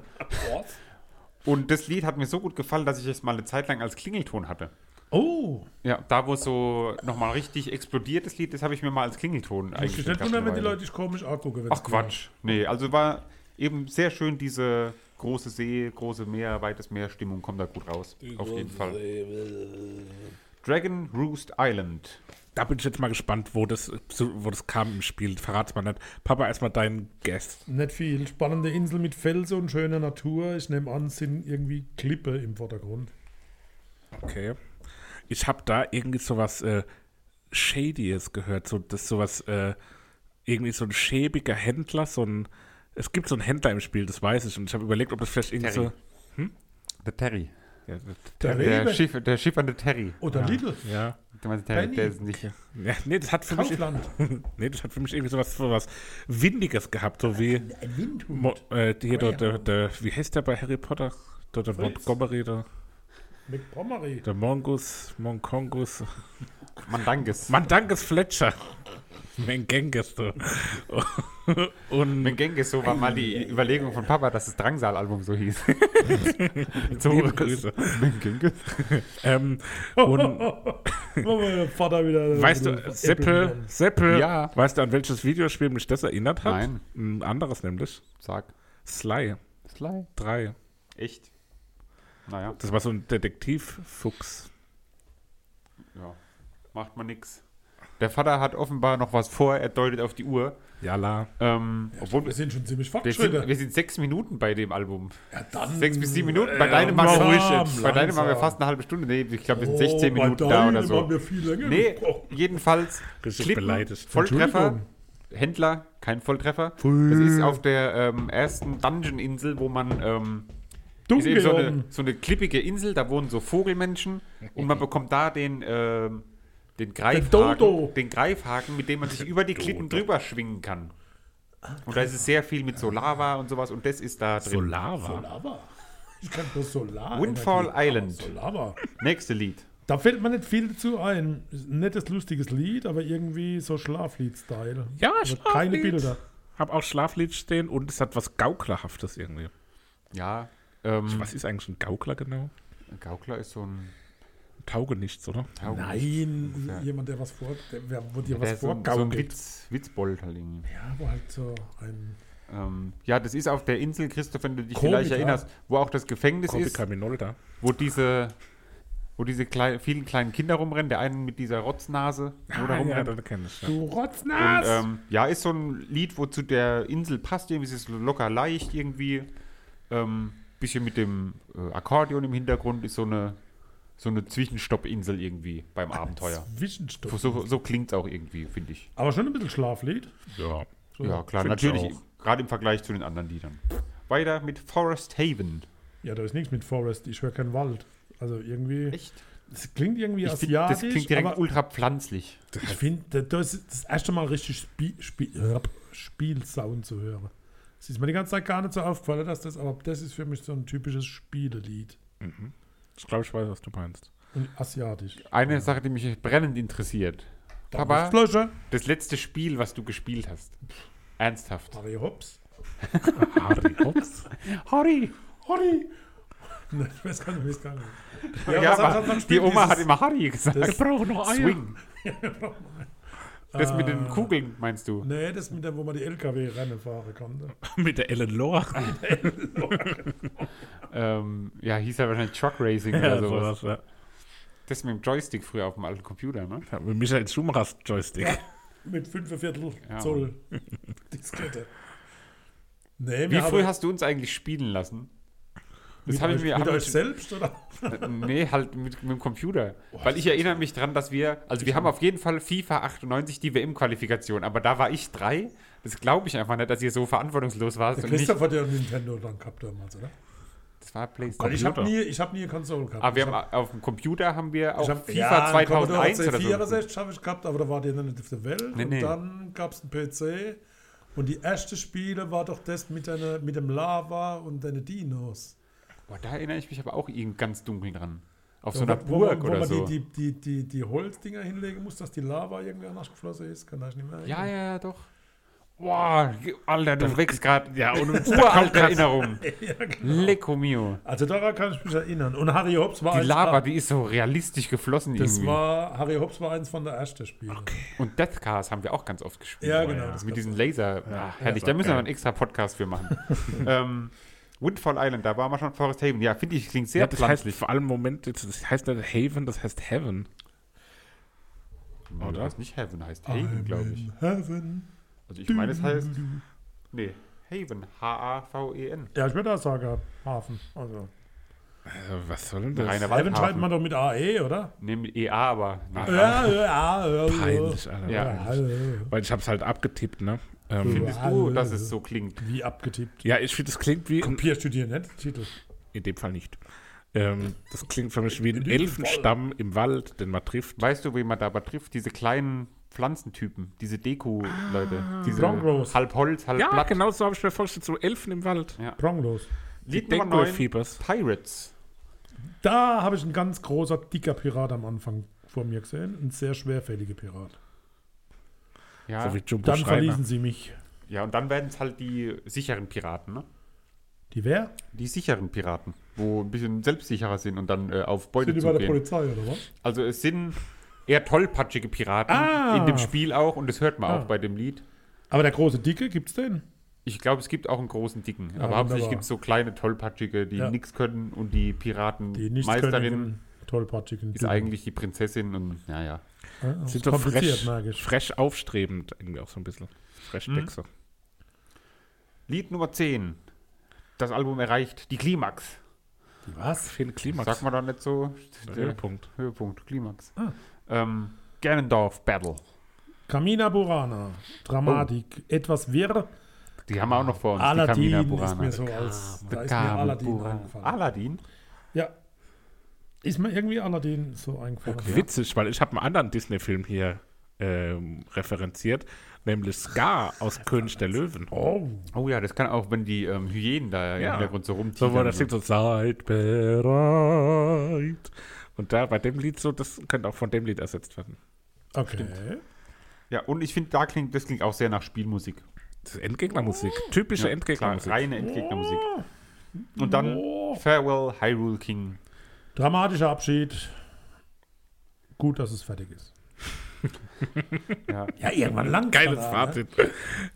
C: und das Lied hat mir so gut gefallen, dass ich es mal eine Zeit lang als Klingelton hatte.
B: Oh,
C: Ja, da wo es so nochmal richtig explodiert, das Lied, das habe ich mir mal als Klingelton
B: ich
C: eigentlich
B: nicht wundern, wenn die Leute dich komisch angucken. wenn's
C: Ach Quatsch. Nee, also war eben sehr schön diese große See, große Meer, weites Meer Stimmung kommt da gut raus. Auf jeden Fall. Dragon Roost Island.
A: Da bin ich jetzt mal gespannt, wo das, wo das kam im Spiel. Verrat's mal nicht. Papa, erstmal deinen Guest.
B: Nicht viel. Spannende Insel mit Felsen und schöner Natur. Ich nehme an, es sind irgendwie Klippe im Vordergrund.
A: Okay. Ich habe da irgendwie sowas äh, Shadyes gehört. So, das sowas, äh, irgendwie so ein schäbiger Händler, so ein. Es gibt so einen Händler im Spiel, das weiß ich. Und ich habe überlegt, ob das vielleicht irgendwie
C: Terry.
A: so.
C: Der Terry. Ja,
B: Der
C: der, der,
B: Rewe.
C: Schiff, der schiffernde Terry.
B: Oder Lidl.
A: Ja.
C: Du meinst, der,
B: Penny.
C: der ist nicht.
A: ja nee, das hat für mich.
B: Kaufland.
A: nee, das hat für mich irgendwie sowas, sowas Windiges gehabt, so wie.
B: Äh, Ein Windhund.
A: Mo, äh, hier, der, der, der, wie heißt der bei Harry Potter? Der, der Montgomery, der,
B: McPommery.
A: der Mongus, Monkongus.
C: Man dankes.
A: Mann, dankes Fletcher. Mein Genghis, du. Und
C: Mit Genghis, so war mal die Überlegung von Papa, dass das Drangsal-Album so hieß. so
A: Liebe Grüße.
C: Mit Genghis.
A: Ähm, und
B: Wo mein Vater wieder.
A: weißt du, Seppel, Seppel,
C: Ja.
A: weißt du, an welches Videospiel mich das erinnert hat?
C: Nein.
A: Ein anderes nämlich.
C: Sag.
A: Sly
C: Sly.
A: 3.
C: Echt? Naja,
A: Das war so ein Detektivfuchs.
C: ja. macht man nix. Der Vater hat offenbar noch was vor, er deutet auf die Uhr.
A: Jala.
C: Ähm, obwohl
B: Wir sind schon ziemlich
C: wir sind, wir
B: fortgeschritten.
C: sind sechs Minuten bei dem Album.
B: Ja, dann-
C: Sechs bis sieben Minuten. Bei
B: Äh,
C: deinem waren wir,
B: langsam,
C: bei deinem waren wir
B: langsam.
C: fast eine halbe Stunde. Nee, ich glaube, wir sind
B: Oh,
C: 16
B: bei
C: Minuten da
B: deinem
C: oder so.
B: haben wir viel länger
C: nee,
B: gesprochen.
C: jedenfalls
A: Richtig
C: Klippen,
A: beleidigt.
C: Volltreffer, Händler, kein Volltreffer. Das ist auf der ähm, ersten Dungeon-Insel, wo man ähm, ist eben so eine,
B: Dunkelhorn.
C: so eine klippige Insel, da wohnen so Vogelmenschen und man bekommt da den, ähm, den,
B: Dodo.
C: Greifhaken, den Greifhaken, mit dem man sich über die Klippen drüber schwingen kann. Und da ist es sehr viel mit so Lava und sowas und das ist da drin.
A: Solava.
B: Solava. Ich kann bloß Solar.
C: Windfall Island.
B: Ah, Solava.
C: Nächste Lied.
B: Da fällt mir nicht viel dazu ein. Ist ein Nettes, lustiges Lied, aber irgendwie so Schlaflied-Style.
A: Ja,
B: Also Keine
A: Schlaflied.
B: Bilder.
A: Hab auch Schlaflied stehen und es hat was Gauklerhaftes irgendwie.
C: Ja, ähm,
A: Was ist eigentlich ein Gaukler genau?
C: Gaukler ist so ein
A: Tauge nichts, oder?
C: Taugenichts.
B: Nein, jemand, der was vor, der, wer- wo dir
C: Der
B: was
C: ist so, ein- so ein
B: vorgaukelt.
C: Witz, Witzbold halt irgendwie.
B: ja, wo halt so ein.
C: Ähm, ja, das ist auf der Insel, Christoph, wenn du dich
B: Komiker.
C: vielleicht erinnerst, wo auch das Gefängnis ist,
A: Kopica Minolta.
C: wo diese, wo diese klei vielen kleinen Kinder rumrennen, der einen mit dieser Rotznase wo
A: Ah,
C: da
A: ja,
C: rumrennt.
A: das kenn ich. Ja.
B: Du
C: Und,
B: Rotznase!
C: ähm, ja, ist so ein Lied, wo zu der Insel passt, irgendwie es ist locker leicht irgendwie. Ähm, bisschen mit dem äh, Akkordeon im Hintergrund ist so eine, so eine Zwischenstoppinsel irgendwie beim
A: Ah,
C: Abenteuer.
B: Zwischenstopp.
C: So, so klingt es auch irgendwie, finde ich.
B: Aber schon ein bisschen Schlaflied.
A: ja.
C: ja, klar,
A: Find ich
C: natürlich, gerade im Vergleich zu den anderen Liedern. Weiter mit Forest Haven.
B: Ja, da ist nichts mit Forest. Ich höre keinen Wald. Also irgendwie.
C: Echt?
B: Das klingt irgendwie
C: Ich find,
B: asiatisch.
C: das klingt direkt
B: aber
C: ultra pflanzlich.
B: Ich finde, das ist das erste Mal richtig Spie Spie Rap- Spielsound zu hören. Es ist mir die ganze Zeit gar nicht so aufgefallen, dass das, aber das ist für mich so ein typisches Spielelied.
A: Ich glaube, ich weiß, was du meinst.
B: Und asiatisch.
C: Eine Sache, die mich brennend interessiert. Papa,
B: Flasche.
C: das letzte Spiel, was du gespielt hast. Ernsthaft.
B: Harry Hops.
A: Harry Hobbs?
C: Harry!
B: Harry. Nein, ich weiß gar nicht, ich weiß gar nicht.
C: Ja,
B: was hat-
C: aber
B: was hat man
C: die
B: gespielt?
C: Oma hat
B: Dieses-
C: immer Harry gesagt.
B: das- Ah, Wir brauchen noch Eier.
C: Swing. Das mit
B: Ah.
C: den Kugeln, meinst du?
B: Nee, das mit dem, wo man die LKW-Rennen fahren konnte.
A: Mit der Ellen Lohr.
C: Ähm, ja, hieß ja wahrscheinlich Truck Racing oder
A: Ja,
C: sowas.
A: sowas, ja.
C: Das mit dem Joystick früher auf dem alten Computer, ne?
A: Ja, Mit Michael Schumachers Joystick.
B: Mit 45
C: Ja.
B: Zoll Diskette. Nee,
C: Wie früh hast du uns eigentlich spielen lassen? Das habe ich mir Also
B: mit
C: hab
B: euch
C: ich-
B: selbst oder?
C: Nee, halt mit, mit dem Computer. Weil ich erinnere mich dran, dass wir, also wir haben auf jeden Fall FIFA 98 die WM-Qualifikation, aber da war ich drei. Das glaube ich einfach nicht, dass ihr so verantwortungslos warst.
B: Der
C: Und nicht,
B: Christoph hat ja einen Nintendo dann gehabt damals, oder?
C: das war
B: Weil
C: PlayStation.
B: ich habe nie, ich hab nie eine Konsole gehabt.
C: Aber Ah, wir
B: Ich
C: haben, auf dem Computer haben wir auch
B: Ich hab,
C: FIFA
B: ja,
C: 2001
B: oder
C: oder so.
B: 64 habe ich gehabt, aber da war die noch nicht auf der Welt.
C: Nee,
B: und
C: nee.
B: dann gab es einen PC. Und die erste Spiele war doch das mit, einer, mit dem Lava und den Dinos.
C: Boah, da erinnere ich mich aber auch irgendwie ganz dunkel dran. Auf so
B: Ja,
C: einer
B: wo- wo
C: Burg
B: man, wo
C: oder
B: man
C: so.
B: die, die, die, die, die Holzdinger hinlegen muss, dass die Lava irgendwie anders geflossen ist, kann ich nicht mehr
C: Ja,
B: erinnern.
C: ja, ja, doch. Boah, ge- Alter, du wächst gerade. Ja, und uralte Erinnerung.
B: genau.
C: Lecco mio.
B: Also daran kann ich mich erinnern. Und Harry Hobbs war
C: Die
B: eins- ah,
C: Lava, die ist so realistisch geflossen
B: das
C: irgendwie.
B: war Harry Hobbs war eins von der ersten Spiele.
C: Und Death Cars haben wir auch ganz oft gespielt.
B: Ja, genau, das
C: Das mit
B: gab's
C: diesen Laser. Ach, herrlich, da müssen wir einen extra Podcast für machen. ähm, Windfall Island, da waren wir schon Forest Haven. Ja, finde ich, klingt sehr
A: Ja, das heißt
C: pflanzlich.
A: vor allem Moment, jetzt- das heißt nicht Haven, das heißt Heaven.
C: Nö,
A: oder?
C: Das Oh, heißt nicht Haven, heißt Haven, glaube ich.
B: Heaven.
C: Also ich meine, es heißt. Nee, Haven. H-A-V-E-N.
B: Ja, ich würde auch sagen, Hafen. Also.
A: Äh, was soll denn das?
C: Reiner
B: Heaven schreibt
C: Waldhafen.
B: man doch mit AE, oder?
C: Nehmen E-A, aber. Nee.
B: Ja, ja, ja.
A: Peinlich, Alter.
C: Ja.
A: Weil ich hab's halt abgetippt, ne? Ähm,
C: Findest du, dass es so klingt?
B: Wie abgetippt.
A: ja, ich finde, das klingt wie
C: Hm.
A: ein,
B: Kopier studieren, nicht? Titel.
A: in dem Fall nicht. Ähm, das klingt für mich wie ein Elfenstamm im Wald, den man trifft.
C: Weißt du, wen man dabei trifft? Diese kleinen Pflanzentypen, diese
B: Ah.
C: Deko-Leute. Diese
B: Bongos.
C: halb Holz, halb
A: Ja,
C: Blatt.
A: genau so habe ich mir vorgestellt, so Elfen im Wald.
B: Pronglos.
C: Lied
A: Die
C: Nummer neun,
A: Denkmalfiebers.
C: Pirates.
B: Da habe ich einen ganz großer, dicker Pirat am Anfang vor mir gesehen. Ein sehr schwerfälliger Pirat.
C: Ja.
A: So wie Jumbo
B: Dann
A: Schreiner.
B: verließen sie mich.
C: ja, und dann werden es halt die sicheren Piraten, ne?
B: Die wer?
C: Die sicheren Piraten, wo ein bisschen selbstsicherer sind und dann äh, auf
B: Sind
C: Beute
B: die bei der
C: zugehen.
B: Polizei, oder was?
C: Also es sind eher tollpatschige Piraten
B: Ah.
C: in dem Spiel auch und das hört man
B: Ah.
C: auch bei dem Lied.
B: Aber der große Dicke, gibt's den?
C: Ich glaube, es gibt auch einen großen Dicken, aber
B: wunderbar.
C: hauptsächlich gibt es so kleine Tollpatschige, die
B: Ja.
C: nichts können und die
B: Die nicht
C: Piratenmeisterin
B: Tollpatschigen.
C: ist eigentlich die Prinzessin und naja.
B: ah,
A: Sind
B: sind
A: so
B: kompliziert,
A: fresh,
B: merke ich.
A: fresh aufstrebend, irgendwie auch so ein bisschen. Fresh Texer.
C: Lied Nummer 10. Das Album erreicht die Klimax.
B: Was?
A: Finn Klimax.
C: Sagt man doch nicht so.
A: Der
C: Der
A: Höhepunkt.
C: Höhepunkt, Klimax.
B: Ah.
C: Ähm, Ganondorf Battle.
B: Kamina Burana. Dramatik. Etwas wirr.
C: Oh. Die haben wir auch noch vor uns. die Kamina
B: Aladdin ist
C: Burana.
B: mir so als. Da ist mir
C: Kamina
B: Aladdin
C: Burana. Ah,
B: eingefallen.
C: Aladdin?
B: Ja. Ist mir irgendwie Aladdin so eingefallen.
A: Witzig, weil ich habe einen anderen Disney-Film hier ähm, referenziert, nämlich Scar aus König der Löwen.
B: Oh.
C: Oh ja, das kann auch, wenn die ähm, Hyänen da im
A: Ja.
C: Hintergrund so
A: So, wo
C: rumtieren.
A: das singt so, seid bereit. Und da bei dem Lied so, das könnte auch von dem Lied ersetzt werden.
B: Okay.
C: ja, und ich finde, da klingt, das klingt auch sehr nach Spielmusik.
A: Das ist Endgegnermusik. Typische
C: Klar,
A: Endgegnermusik.
C: reine Endgegnermusik.
B: Oh.
C: Und dann Farewell Hyrule King.
B: Dramatischer Abschied. Gut, dass es fertig ist.
C: Ja.
B: irgendwann ne? lang.
A: Geiles Fazit.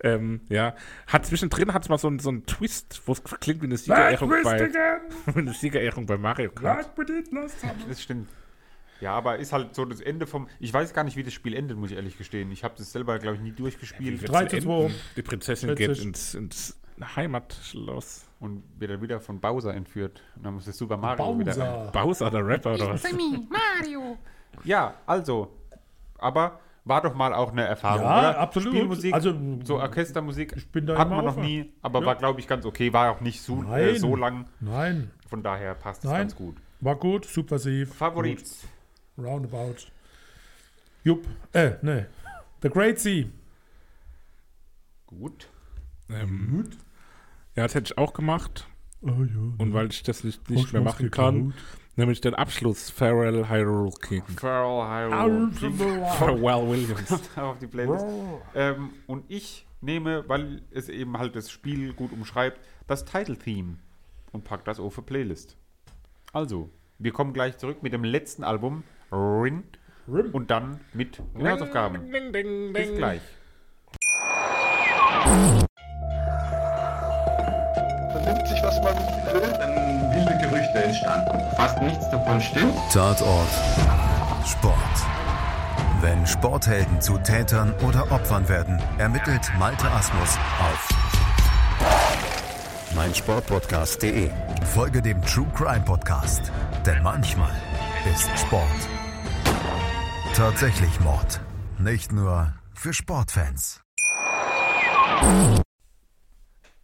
A: ähm, ja. Hat zwischendrin hat's mal so einen so einen Twist, wo es klingt wie eine Siegerehrung bei, wie eine Siegerehrung bei Mario Kart.
C: Das stimmt. Ja, aber ist halt so das Ende vom. Ich weiß gar nicht, wie das Spiel endet, muss ich ehrlich gestehen. Ich habe das selber, glaube ich, nie durchgespielt.
B: Drei zu
A: Enden.
B: zwei.
A: Die Prinzessin geht
B: Witzig.
A: ins, ins Heimatschloss.
C: und wird dann wieder von Bowser entführt. Und dann muss das Super Mario wieder.
B: Bowser.
A: Bowser, der Rapper oder was?
C: Ja, also. Aber war doch mal auch eine Erfahrung.
B: Ja,
C: oder?
B: absolut.
C: Spielmusik,
B: Also,
C: so Orchestermusik ich
B: bin da
C: hat
B: immer
C: man noch
B: offen.
C: nie, aber
B: Ja.
C: war, glaube ich, ganz okay. War auch nicht so, äh,
B: Nein.
C: so lang.
B: Nein,
C: Von daher passt es
B: Nein.
C: ganz gut.
B: war gut, subversiv.
C: Favorit.
B: Gut. Roundabout. Jupp. Äh, nee. The Great Sea.
C: Gut.
A: Ähm, ja, das hätte ich auch gemacht.
B: Oh ja.
A: Und weil ich das nicht, nicht
B: Hast
A: mehr
B: du's
A: machen
B: geklaut?
A: kann, nämlich den Abschluss Farewell Hyrule King.
C: Feral Hyrule King.
B: Algebra.
A: Farewell Williams.
C: auf die Playlist. Ähm, und ich nehme, weil es eben halt das Spiel gut umschreibt, das Title-Theme und pack das auf die Playlist. Also, wir kommen gleich zurück mit dem letzten Album, Rin, und dann mit den Hausaufgaben.
A: Ding, ding,
C: Bis
A: ding.
C: gleich.
F: Man nimmt sich, was man will. Dann viele Gerüchte entstanden. Fast nichts davon stimmt.
G: Tatort Sport. Wenn Sporthelden zu Tätern oder Opfern werden, ermittelt Malte Asmus auf meinsportpodcast.de. Folge dem True Crime Podcast, denn manchmal ist Sport tatsächlich Mord. Nicht nur für Sportfans.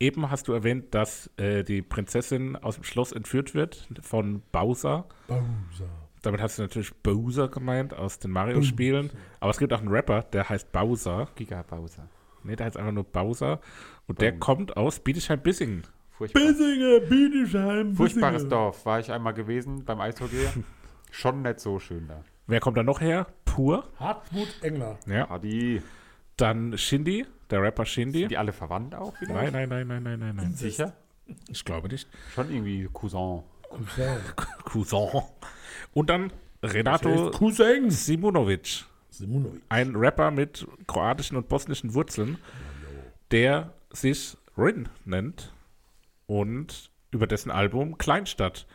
A: Eben hast du erwähnt, dass äh, die Prinzessin aus dem Schloss entführt wird von Bowser.
B: Bowser.
A: Damit hast du natürlich Bowser gemeint aus den Mario-Spielen. Aber es gibt auch einen Rapper, der heißt Bowser.
C: Giga Bowser.
A: Ne, der heißt einfach nur Bowser. Und der kommt aus Bietigheim-Bissingen.
C: Furchtbar.
B: Bissinger, Bietigheim,
C: Furchtbares
B: Bissinger.
C: Dorf. War ich einmal gewesen beim Eishockey. Schon nicht so schön da.
A: Wer kommt da noch her? Pur.
B: Hartmut Engler.
C: Ah, die,
A: Dann Shindy, der Rapper Shindy.
C: die alle verwandt auch wieder?
A: Nein, nein, nein, nein, nein, nein, nein.
C: Sicher?
A: Ich glaube nicht.
C: Schon irgendwie Cousin.
A: Cousin. Und dann
B: So.
A: Renato
B: Cousins.
A: Simunovic,
B: Simunovic.
A: ein Rapper mit kroatischen und bosnischen Wurzeln, der sich Rin nennt und über dessen Album Kleinstadt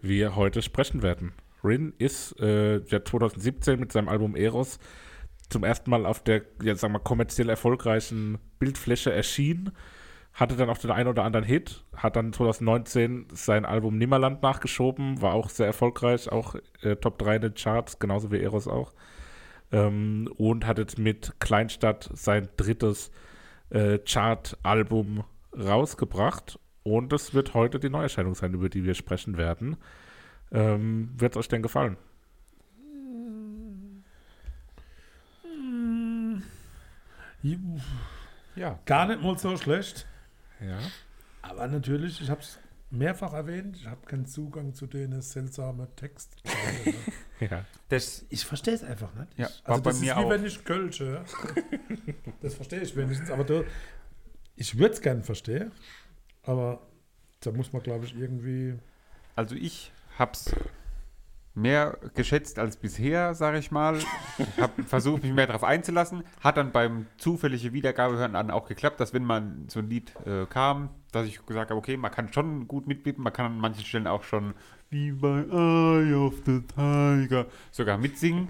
A: wir heute sprechen werden. Rin ist äh, ja 2017 mit seinem Album Eros zum ersten Mal auf der, ja, sagen wir, mal, kommerziell erfolgreichen Bildfläche erschienen, hatte dann auch den einen oder anderen Hit, hat dann 2019 sein Album Nimmerland nachgeschoben, war auch sehr erfolgreich, auch äh, Top 3 in den Charts, genauso wie Eros auch. Ähm, und hat jetzt mit Kleinstadt sein drittes äh, Chart-Album rausgebracht. Und das wird heute die Neuerscheinung sein, über die wir sprechen werden. Ähm, wird es euch denn gefallen?
B: Ju-
C: Ja.
B: Gar nicht mal so schlecht.
A: Ja.
B: Aber natürlich, ich habe es mehrfach erwähnt, ich habe keinen Zugang zu denen seltsamen Text.
A: Ja.
C: Das,
B: Ich verstehe es einfach nicht.
C: Ja,
B: ich,
C: war
B: also
C: bei
B: das
C: mir
B: ist wie
C: auch.
B: wenn ich Kölsche. das verstehe ich wenigstens. Aber du, ich würde es gerne verstehen. Aber da muss man, glaube ich, irgendwie.
C: also ich hab's mehr geschätzt als bisher, sage ich mal. Ich hab versucht, mich mehr darauf einzulassen. Hat dann beim zufälligen Wiedergabehören an auch geklappt, dass wenn man so ein Lied äh, kam, dass ich gesagt habe, okay, man kann schon gut mitbieten, man kann an manchen Stellen auch schon wie bei Eye of the Tiger sogar mitsingen.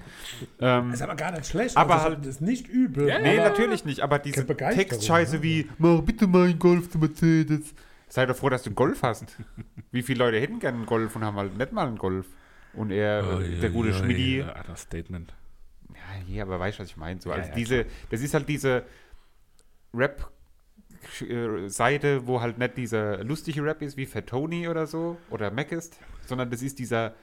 C: Ähm,
B: Ist aber gar nicht schlecht.
C: Aber
B: also
C: halt-
B: das ist nicht übel.
C: Nee,
B: aber
C: natürlich nicht, aber diese
B: Keine Begeisterung,
C: Textscheiße wie Mach bitte meinen Golf zu Mercedes. Sei doch froh, dass du einen Golf hast. Wie viele Leute hätten gerne einen Golf und haben halt nicht mal einen Golf. Und er, äh, der gute Schmidi. Ja,
A: Oh, Ja, das Statement.
C: je, aber weißt du, was ich meine? So, also diese, das ist halt diese Rap-Seite, wo halt nicht dieser lustige Rap ist, wie Fat Tony oder so, oder Mac ist, sondern das ist dieser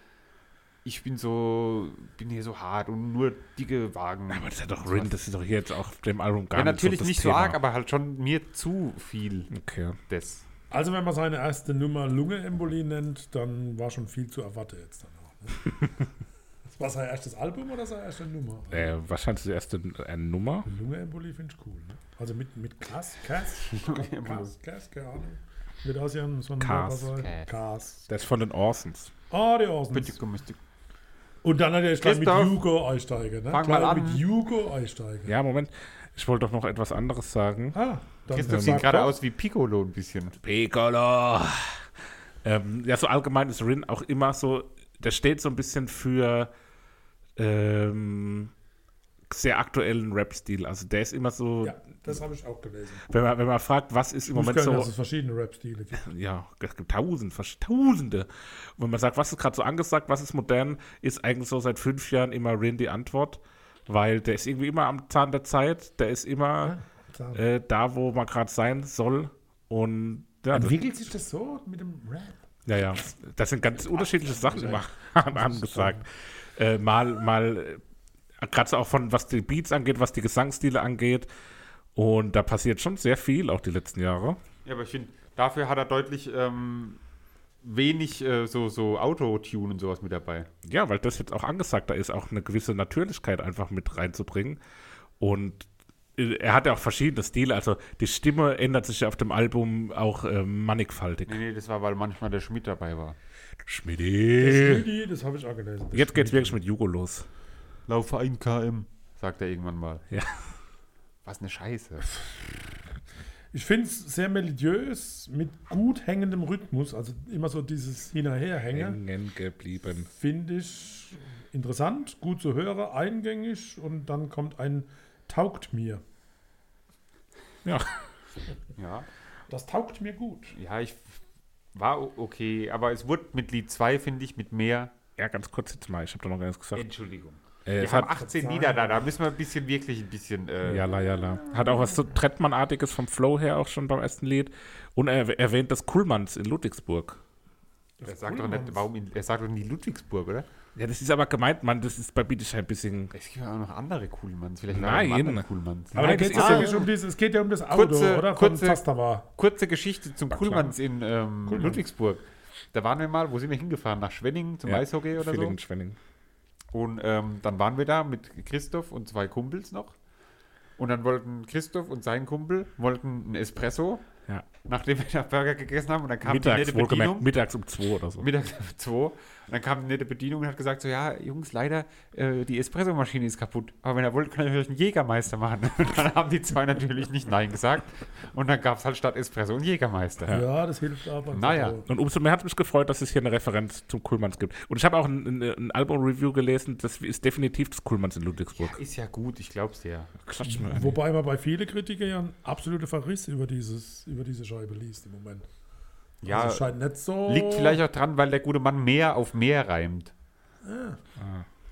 C: ich bin so, bin hier so hart und nur dicke Wagen.
A: Aber das ist ja doch Rin, das ist doch hier jetzt auch auf dem Album gar
C: Ja,
A: nicht
C: natürlich
A: das
C: nicht so
A: Thema.
C: arg, aber halt schon mir zu viel
A: Okay.
C: des.
B: Also, wenn man seine erste Nummer Lungenembolie nennt, dann war schon viel zu erwarten jetzt dann auch. Ne? das war sein erstes Album oder seine erste Nummer?
A: Äh, wahrscheinlich die erste äh, Nummer.
B: Lungenembolie finde ich cool. Ne? Also mit, mit Kass, Kass, Kass, Kass, keine Ahnung. Mit Asien, so ein
A: Kass,
B: Kass. Kass.
A: Das ist von den Orsons.
B: Oh, die Außen. Und dann hat er gleich mit
C: Christoph,
B: Hugo Einsteiger. Ne?
C: fang
B: Gleich
C: mal an.
B: Mit Hugo Einsteiger.
A: Ja, Moment. Ich wollte doch noch etwas anderes sagen.
B: Ah, dann
C: Christoph
B: sag
C: sieht gerade
B: doch.
C: aus wie Piccolo ein bisschen.
A: Piccolo. Ähm, ja, so allgemein ist Rin auch immer so, der steht so ein bisschen für ähm, sehr aktuellen Rap-Stil. Also der ist immer so,
B: Ja, das habe ich auch gelesen.
A: wenn, man, wenn man fragt, was ist im
B: Ich
A: Moment
B: wusste gar nicht,
A: so,
B: dass es verschiedene Rap-Stile gibt.
A: ja, es gibt tausend, versch- tausende. Und wenn man sagt, was ist gerade so angesagt, was ist modern, ist eigentlich so seit fünf Jahren immer Rin die Antwort. Weil der ist irgendwie immer am Zahn der Zeit, der ist immer
B: Klar.
A: äh, da, wo man gerade sein soll. Und ja, das-
B: Entwickelt sich das so mit dem Rap?
A: Ja, ja. Das sind ganz unterschiedliche Sachen immer an- angesagt. Äh, mal, mal, äh, gerade so auch von was die Beats angeht, was die Gesangsstile angeht. Und da passiert schon sehr viel, auch die letzten Jahre.
C: Ja, aber ich finde, dafür hat er deutlich ähm, wenig äh, so, so Autotune und sowas mit dabei.
A: Ja, weil das jetzt auch angesagt da ist, auch eine gewisse Natürlichkeit einfach mit reinzubringen. Und äh, er hat ja auch verschiedene Stile. Also die Stimme ändert sich ja auf dem Album auch äh, mannigfaltig.
C: Nee, nee, das war, weil manchmal der Schmidt dabei war. Äh.
A: Schmidi.
B: Lüdi, das habe ich auch gelesen.
A: Jetzt geht's wirklich mit Jugo los.
C: Laufe 1 km, sagt er irgendwann mal.
A: Ja.
C: Was eine Scheiße.
B: Ich finde es sehr melodiös, mit gut hängendem Rhythmus, also immer so dieses Hin- und Herhängen.
A: Hängen geblieben.
B: Finde ich interessant, gut zu hören, eingängig und dann kommt ein Taugt mir.
A: Ja.
C: Ja.
B: Das taugt mir gut.
C: Ja, ich war o- okay, aber es wurde mit Lied 2, finde ich, mit mehr.
A: Ja, ganz kurz jetzt mal. Ich habe doch noch gar nichts gesagt.
C: Entschuldigung.
A: Äh,
C: Wir
A: es
C: haben
A: hat,
C: 18 Lieder da, da müssen wir ein bisschen, wirklich ein bisschen. Äh,
A: jala, jala. hat auch was so Trettmann-artiges vom Flow her auch schon beim ersten Lied. Und er erwäh- erwähnt das Kuhlmanns in Ludwigsburg.
C: er sagt doch nicht, warum in, er sagt doch nie Ludwigsburg, oder?
A: Ja, das ist aber gemeint, Mann, das ist bei Bietigheim ein bisschen.
C: Es gibt ja auch noch andere Kuhlmanns, vielleicht
A: Nein.
C: noch andere Kuhlmanns.
B: Aber
A: Nein,
B: da
A: das
B: geht
A: ist
B: es
A: ja-
B: ja nicht um dieses, es geht ja um das Auto,
C: Kurze-
B: oder?
C: kurze-
B: Von Zastavar.
C: Kurze Geschichte zum Kuhlmanns in ähm, Ludwigsburg. Da waren wir mal, wo sind wir hingefahren? Nach Schwenningen zum
A: Ja,
C: Eishockey oder so?
A: Schwenningen, Schwenningen.
C: Und ähm, dann waren wir da mit Christoph und zwei Kumpels noch. Und dann wollten Christoph und sein Kumpel wollten einen Espresso,
A: Ja.
C: nachdem wir da Burger gegessen haben. Und dann kam die
A: Mittags,
C: nette
A: wohlgemerkt,
C: Bedienung.
A: mittags um zwei oder so.
C: Mittags um zwei. Und dann kam die nette Bedienung und hat gesagt: So, ja, Jungs, leider, äh, die Espressomaschine ist kaputt. Aber wenn er wollt, kann er natürlich einen Jägermeister machen. Und dann haben die zwei natürlich nicht Nein gesagt. Und dann gab es halt statt Espresso einen Jägermeister.
B: Ja, das hilft aber.
C: Naja.
A: Und umso mehr hat mich gefreut, dass es hier eine Referenz zum Kuhlmanns gibt. Und ich habe auch ein, ein, ein Album-Review gelesen, das ist definitiv das Kuhlmanns in Ludwigsburg.
C: Ist ja gut, ich glaub's dir.
A: Klatsch mir einen.
B: Wobei man bei vielen Kritikern ja einen absoluten Verriss über, dieses, über diese Scheibe liest im Moment.
C: Ja,
B: also es scheint nicht so.
C: liegt vielleicht auch dran, weil der gute Mann mehr auf mehr reimt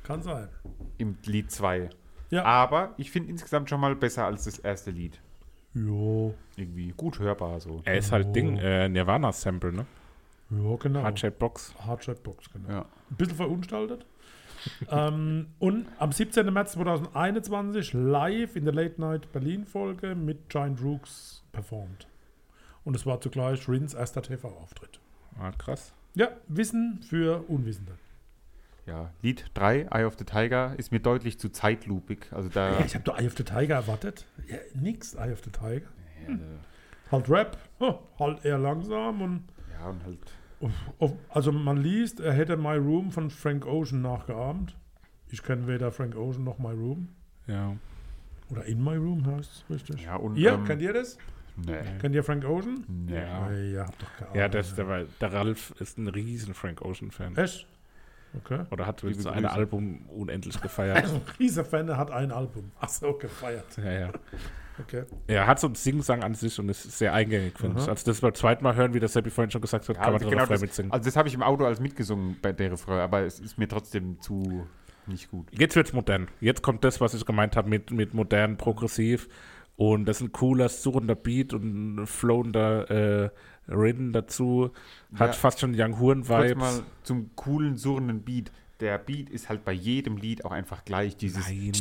B: Kann sein.
C: im Lied 2.
B: Ja.
C: Aber ich finde insgesamt schon mal besser als das erste Lied.
B: Jo,
C: Irgendwie gut hörbar so.
A: Er ist halt
C: Oh.
A: Ding, äh, Nirvana-Sample, ne?
B: jo genau.
A: Hard Shaped Box.
B: Hardshot-Box, genau.
C: Ja.
B: Ein bisschen verunstaltet. ähm, und am 17. März 2021 live in der Late Night Berlin-Folge mit Giant Rooks performt. Und es war zugleich Rins erster TV-Auftritt.
A: Ah, krass.
B: Ja, Wissen für Unwissende.
C: ja. Lied 3, Eye of the Tiger, ist mir deutlich zu zeitlupig. Also da.
B: Ich habe doch Eye of the Tiger erwartet. Ja, nix Eye of the Tiger. Halt Rap, huh, halt eher langsam und
C: ja, und halt.
B: Uff, uff. also man liest, er hätte My Room von Frank Ocean nachgeahmt. Ich kenne weder Frank Ocean noch My Room.
A: Ja.
B: Oder In My Room heißt es richtig.
C: Ja, und.
B: Ihr,
C: ähm,
B: kennt ihr das?
C: Nee.
B: Kennt ihr Frank Ocean?
C: nee.
A: Ja.
B: Ey, ihr habt doch keine Ahnung.
C: Ah.
A: Ja, das, der, war- der Ralf ist ein riesen Frank Ocean-Fan.
B: Echt? Okay.
A: Oder hat so ein
C: Grüße.
A: Album unendlich gefeiert.
B: Riese Fan, der hat ein Album. Achso, gefeiert.
A: ja, ja.
B: Okay.
A: Er hat so einen Singsang an sich und ist sehr eingängig, finde ich. Also das beim zweiten Mal hören, wie das Seppi vorhin schon gesagt hat,
C: Ja,
A: kann man
C: also,
A: genau
C: genau
A: frei
C: das,
A: mitsingen.
C: also das habe ich im Auto als mitgesungen bei der Refrain, aber es ist mir trotzdem zu nicht gut.
A: Jetzt wird's modern. Jetzt kommt das, was ich gemeint habe mit, mit modern, progressiv. Und das ist ein cooler, surrender Beat und ein flowender äh, Rhythm dazu. Hat
C: Ja.
A: fast schon Young
C: Kurz mal
A: Huren-Vibes.
C: zum coolen, surrenden Beat. Der Beat ist halt bei jedem Lied auch einfach gleich. Dieses
A: Nein.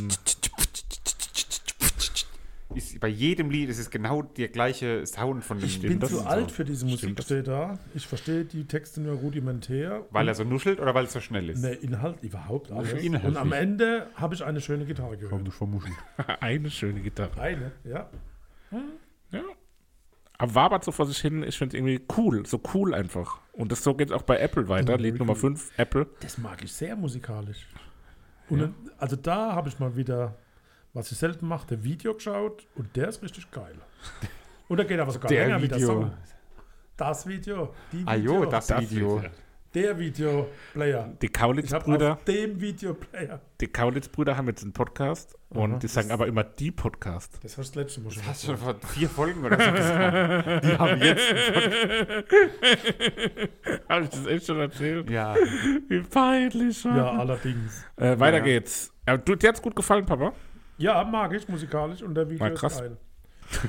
C: ist, bei jedem Lied ist es genau der gleiche Sound von dem
B: Ich bin
C: das
B: zu
C: ist
B: alt
C: So.
B: für diese Musik, steht da. Ich verstehe die Texte nur rudimentär.
C: Weil er so nuschelt oder weil es so schnell ist?
B: Ne, Inhalt überhaupt alles.
C: Inhalt
B: Und am
C: nicht.
B: Ende habe ich eine schöne Gitarre gehört.
A: Eine schöne Gitarre.
B: Eine, ja.
A: Aber wabert so vor sich hin, ich finde irgendwie cool. So cool einfach. Und das so geht auch bei Apple weiter. Lied Nummer 5, Apple.
B: Das mag ich sehr musikalisch. Und dann, also da habe ich mal wieder, was ich selten mache, der Video geschaut und der ist richtig geil. Und da geht aber sogar
C: Der
B: länger wie der
C: Video.
B: Song. Das Video, die
C: Ah
B: Video,
C: jo, das, Video.
B: der Videoplayer.
A: Die
B: Ich habe
A: Kaulitz-Brüder.
B: auf dem Videoplayer.
A: Die Kaulitz-Brüder haben jetzt einen Podcast. Und die sagen aber immer die Podcast.
B: Das hast du das letzte Mal schon.
C: Hast du schon vor vier Folgen oder so gesagt? Die haben jetzt.
A: Habe ich das echt schon erzählt?
C: Ja,
A: Wie peinlich. Mann.
B: Ja, allerdings.
A: Äh, weiter
C: Ja.
A: geht's. Ja, du, dir hat's gut gefallen, Papa.
B: Ja, mag ich musikalisch und der Video
A: Mal krass.
B: ist geil.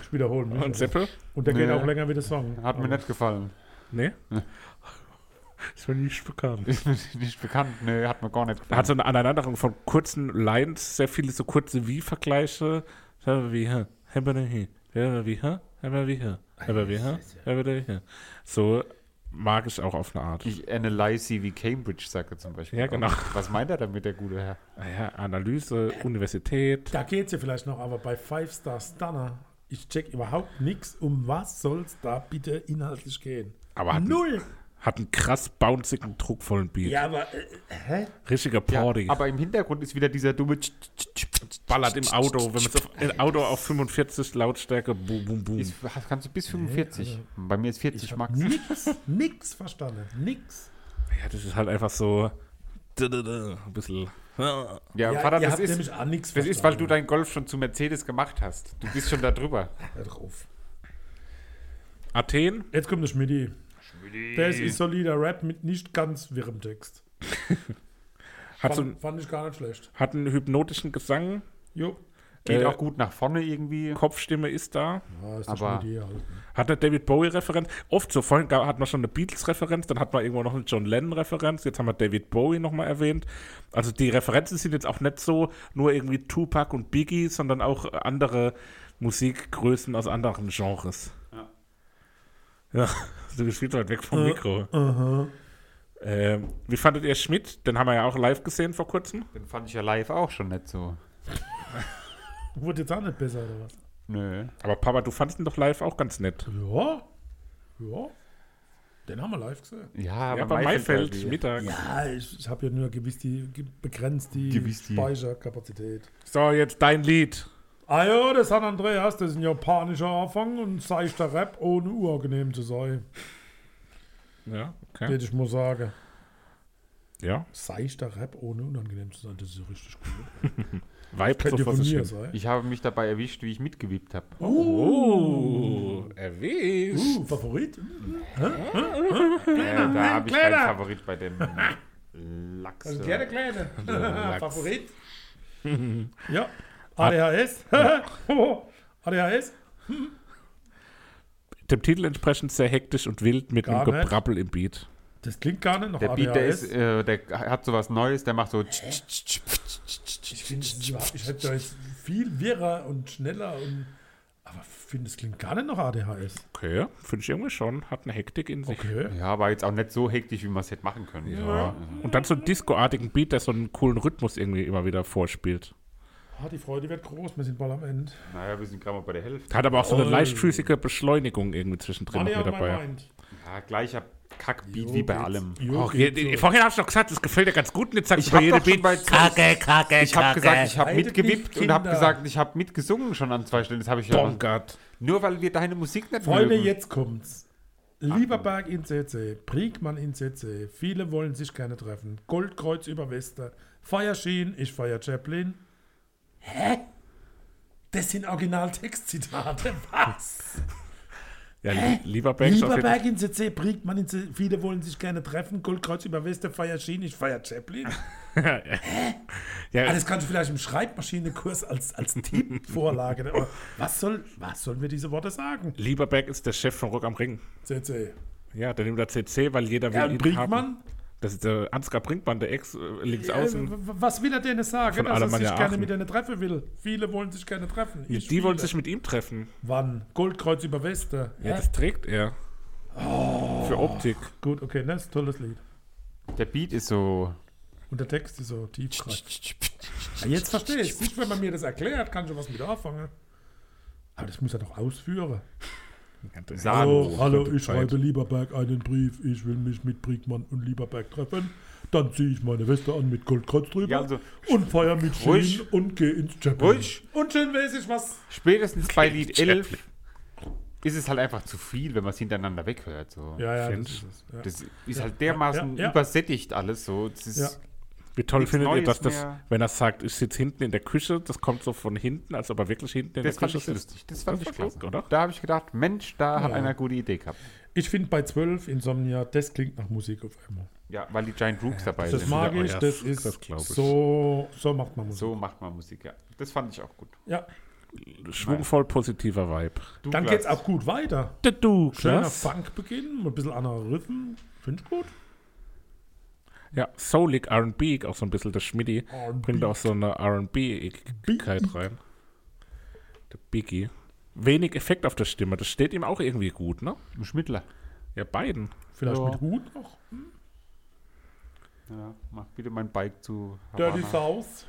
B: Ich wiederhole mich.
A: Und Seppel?
B: Und der geht
C: Nee.
B: auch länger wie der Song.
C: hat mir nicht gefallen.
A: Nee? Ist mir nicht bekannt.
C: Ist mir nicht bekannt. Nee, hat mir gar nicht
A: Hat
C: gefallen.
A: so eine Aneinanderung von kurzen Lines, sehr viele so kurze Wie-Vergleiche. Hä, Wie, hä? Hä, wie, hä? Wie, hä? Wie, hä? Wie, hä? Wie, hä? So mag ich auch auf eine Art.
C: Ich analyze sie wie Cambridge, sagt er zum Beispiel.
A: Ja, genau.
C: auch. Was meint er damit, der gute Herr?
A: Naja, Ah Analyse, Universität.
B: Da geht's ja vielleicht noch, aber bei Five Star Stunner, ich check überhaupt nichts, um was soll's da bitte inhaltlich gehen.
A: Aber hat,
B: Null!
A: hat einen krass bouncigen, druckvollen Beat.
B: Ja, aber äh, hä?
A: Richtiger Party.
C: aber im Hintergrund ist wieder dieser dumme. Tsch- Tsch- Tsch- Tsch-
A: Ballert im Auto, wenn man es auf, im Auto auf 45 Lautstärke, boom, boom, boom.
C: Ist, kannst du bis 45? Bei mir ist 40 Max.
B: Nix, nix verstanden. Nix.
A: Ja, das ist halt einfach so. Ein bisschen.
C: Ja, Vater,
B: ihr
C: das
B: habt
C: ist,
B: nämlich auch nichts
C: das ist, weil du deinen Golf schon zu Mercedes gemacht hast. Du bist schon da drüber.
B: drauf.
A: Athen,
B: Jetzt kommt der Schmidti. Das ist solider Rap mit nicht ganz wirrem Text.
A: hat, so,
B: Fand,
A: einen-
B: fand ich gar nicht schlecht.
A: hat einen hypnotischen Gesang,
B: Jo.
C: Geht
A: Äh,
C: auch gut nach vorne irgendwie.
A: Kopfstimme ist da.
B: Ja, ist der
C: Aber-
B: Schmidti halt.
A: Hat eine David Bowie-Referenz. Oft so, vorhin gab, hat man schon eine Beatles-Referenz, dann hat man irgendwo noch eine John Lennon-Referenz, jetzt haben wir David Bowie nochmal erwähnt. Also die Referenzen sind jetzt auch nicht so nur irgendwie Tupac und Biggie, sondern auch andere Musikgrößen aus anderen Genres. Ja, du bist viel zu weit weg vom Mikro. Ähm, wie fandet ihr Schmidt? Den haben wir ja auch live gesehen vor kurzem.
C: Den fand ich ja live auch schon nicht so.
B: Wurde jetzt auch nicht besser, oder was?
C: Nö.
A: Aber Papa, du fandest ihn doch live auch ganz nett.
B: Ja. Ja. Den haben wir live gesehen.
C: Ja, aber halt
A: ja, bei Maifeld, mittags.
B: Ja, ich, ich habe ja nur gewiss die, ge- begrenzt die
C: Gewiss die-
B: Speicherkapazität.
A: So, jetzt dein Lied.
B: Ah ja, der San Andreas, das ist ein japanischer Anfang und seichter Rap, ohne unangenehm zu sein.
A: Ja, okay.
B: Das ich muss sagen.
A: Ja,
B: Seichter Rap, ohne unangenehm zu sein, das ist ja richtig gut.
A: Vibe
B: Könnte
A: so was
B: von
A: ist
B: mir
A: schön.
B: sein.
C: Ich habe mich dabei erwischt, wie ich mitgewippt habe.
A: Oh, erwischt.
B: Uh, Favorit?
C: Äh, da habe ich keinen Favorit bei dem Lachs.
B: Kleine, kleine. Favorit? ja. ADHS? Oh, ADHS?
A: Dem Titel entsprechend sehr hektisch und wild mit
B: Gar
A: einem
B: nicht.
A: Gebrabbel im Beat.
B: Das klingt gar nicht nach
C: Der Beat, der,
B: ADHS.
C: ist, äh, der hat sowas Neues, der macht so.
B: ich finde, ich hätte da jetzt viel wirrer und schneller und. Aber ich finde, es klingt gar nicht nach ADHS.
A: Okay, finde ich irgendwie schon. Hat eine Hektik in sich.
B: Okay.
C: Ja, aber jetzt auch nicht so hektisch, wie man es hätte machen können. Ja.
A: Und dann so einen Disco-artigen Beat, der so einen coolen Rhythmus irgendwie immer wieder vorspielt.
B: Ah, die Freude wird groß, wir sind bald am Ende.
C: Naja, wir sind gerade mal bei der Hälfte.
A: Hat aber auch so eine leichtfüßige Beschleunigung irgendwie zwischendrin noch
B: Money
A: mit
B: on my
A: dabei.
B: mind.
C: Ja, gleicher Kackbeat wie bei allem.
B: Jo,
A: Och, je-
B: geht's so.
A: vorhin hast du doch gesagt, das gefällt dir ganz gut und jetzt sagst
C: Ich
A: du
C: hab
A: bei jedem
C: doch schon
A: Beat.
C: bei
D: Kacke, kacke,
C: Ich habe gesagt, ich habe
B: Reitet nicht,
C: mitgewippt und habe
B: Kinder.
C: gesagt, ich habe mitgesungen schon an zwei Stellen. Das habe ich ja
A: Oh
C: noch-
A: Bonkert.
C: Nur weil wir deine Musik nicht
B: Freunde,
C: mögen.
B: jetzt kommt's. Lieberberg in CC, Briegmann in CC, viele wollen sich gerne treffen. Goldkreuz über Weste, Feier Sheen, ich feier Chaplin. Hä? Das sind Originaltextzitate, was?
A: Ja, li- lieber Banks auf jeden
B: Lieberberg in CC, Briegmann in CC, viele wollen sich gerne treffen. Goldkreuz über Weste, Feier Sheen, ich feier Chaplin.
A: Ja,
B: Ah, das kannst du vielleicht im Schreibmaschinenkurs als, als Tippvorlage. Aber was, soll, was sollen wir diese Worte sagen?
A: Lieberberg ist der Chef von Rock am Ring.
B: CC.
A: Ja, der nimmt da CC, weil jeder will
B: Herrn
A: ihn haben.
B: Brinkmann?
A: Das ist der Ansgar Brinkmann, der Ex äh, links
B: Äh,
A: außen.
B: w- was will er denn sagen,
A: Von
B: dass er
A: Alemannia
B: sich gerne
A: Aachen.
B: mit einer treffen will? Viele wollen sich gerne treffen. Ich
A: Die wollen
B: viele.
A: sich mit ihm treffen.
B: Wann? Goldkreuz über Weste.
A: Ja, das trägt er. Für
C: Oh.
A: Optik.
B: Gut, okay, ne, ist ein tolles Lied.
C: Der Beat ist so.
B: Und der Text ist so tief. ja, jetzt verstehe ich. Nicht, wenn man mir das erklärt, kann ich schon was mit anfangen. Aber das muss er doch ausführen. Hallo, hallo, ich schreibe Lieberberg einen Brief. Ich will mich mit Briegmann und Lieberberg treffen. Dann ziehe ich meine Weste an mit Goldkreuz drüber
C: Ja, also,
B: und feiere mit
C: ruhig.
B: Sheen und gehe ins Chapel.
C: Ruhig.
B: Und schön weiß ich was.
C: Spätestens bei Lied 11 ist es halt einfach zu viel, wenn man es hintereinander weghört. So.
B: Ja, ja,
A: Find.
B: das ist es. Ja.
C: Das ist halt dermaßen
B: ja, ja.
C: übersättigt alles so. Das ist,
B: Ja.
A: Wie toll
C: Nichts
A: findet ihr,
C: Neues
A: dass das,
C: mehr.
A: wenn er sagt, ich sitze hinten in der Küche, das kommt so von hinten, als ob er wirklich hinten in
C: Das
A: der
C: fand
A: Küche
C: ich
A: sitzt.
C: lustig. Das fand
A: Das
C: ich
A: war gut,
C: klasse.
A: oder?
C: Da habe ich gedacht, Mensch, da hat
B: Ja.
C: einer eine gute Idee gehabt.
B: Ich finde bei 12 Insomnia, das klingt nach Musik auf einmal.
C: Ja, weil die Giant Rooks dabei
B: Das
C: sind.
B: mag
A: wieder
B: ich,
A: euer
B: das
A: Fuchs,
B: ist
A: das glaub ich.
B: so, so macht man Musik.
C: So macht man Musik, ja. Das fand ich auch gut.
B: Ja,
A: Schwungvoll positiver Vibe.
B: dann geht's auch gut weiter.
A: Der Du,
C: ne?
B: Schöner Funkbeginn, mit ein bisschen anderer Rhythmen, finde ich gut.
A: Ja, Soulig R&B, auch so ein bisschen der Schmidti,
B: R&B.
A: bringt auch so eine R&B-Igkeit rein. Der Biggie. Wenig Effekt auf der Stimme, das steht ihm auch irgendwie gut, ne?
C: Schmittler.
A: Ja, beiden.
B: Vielleicht
C: Ja.
B: mit Hut noch.
C: Ja, mach bitte mein Bike zu.
B: Dirty
C: Havana.
B: South.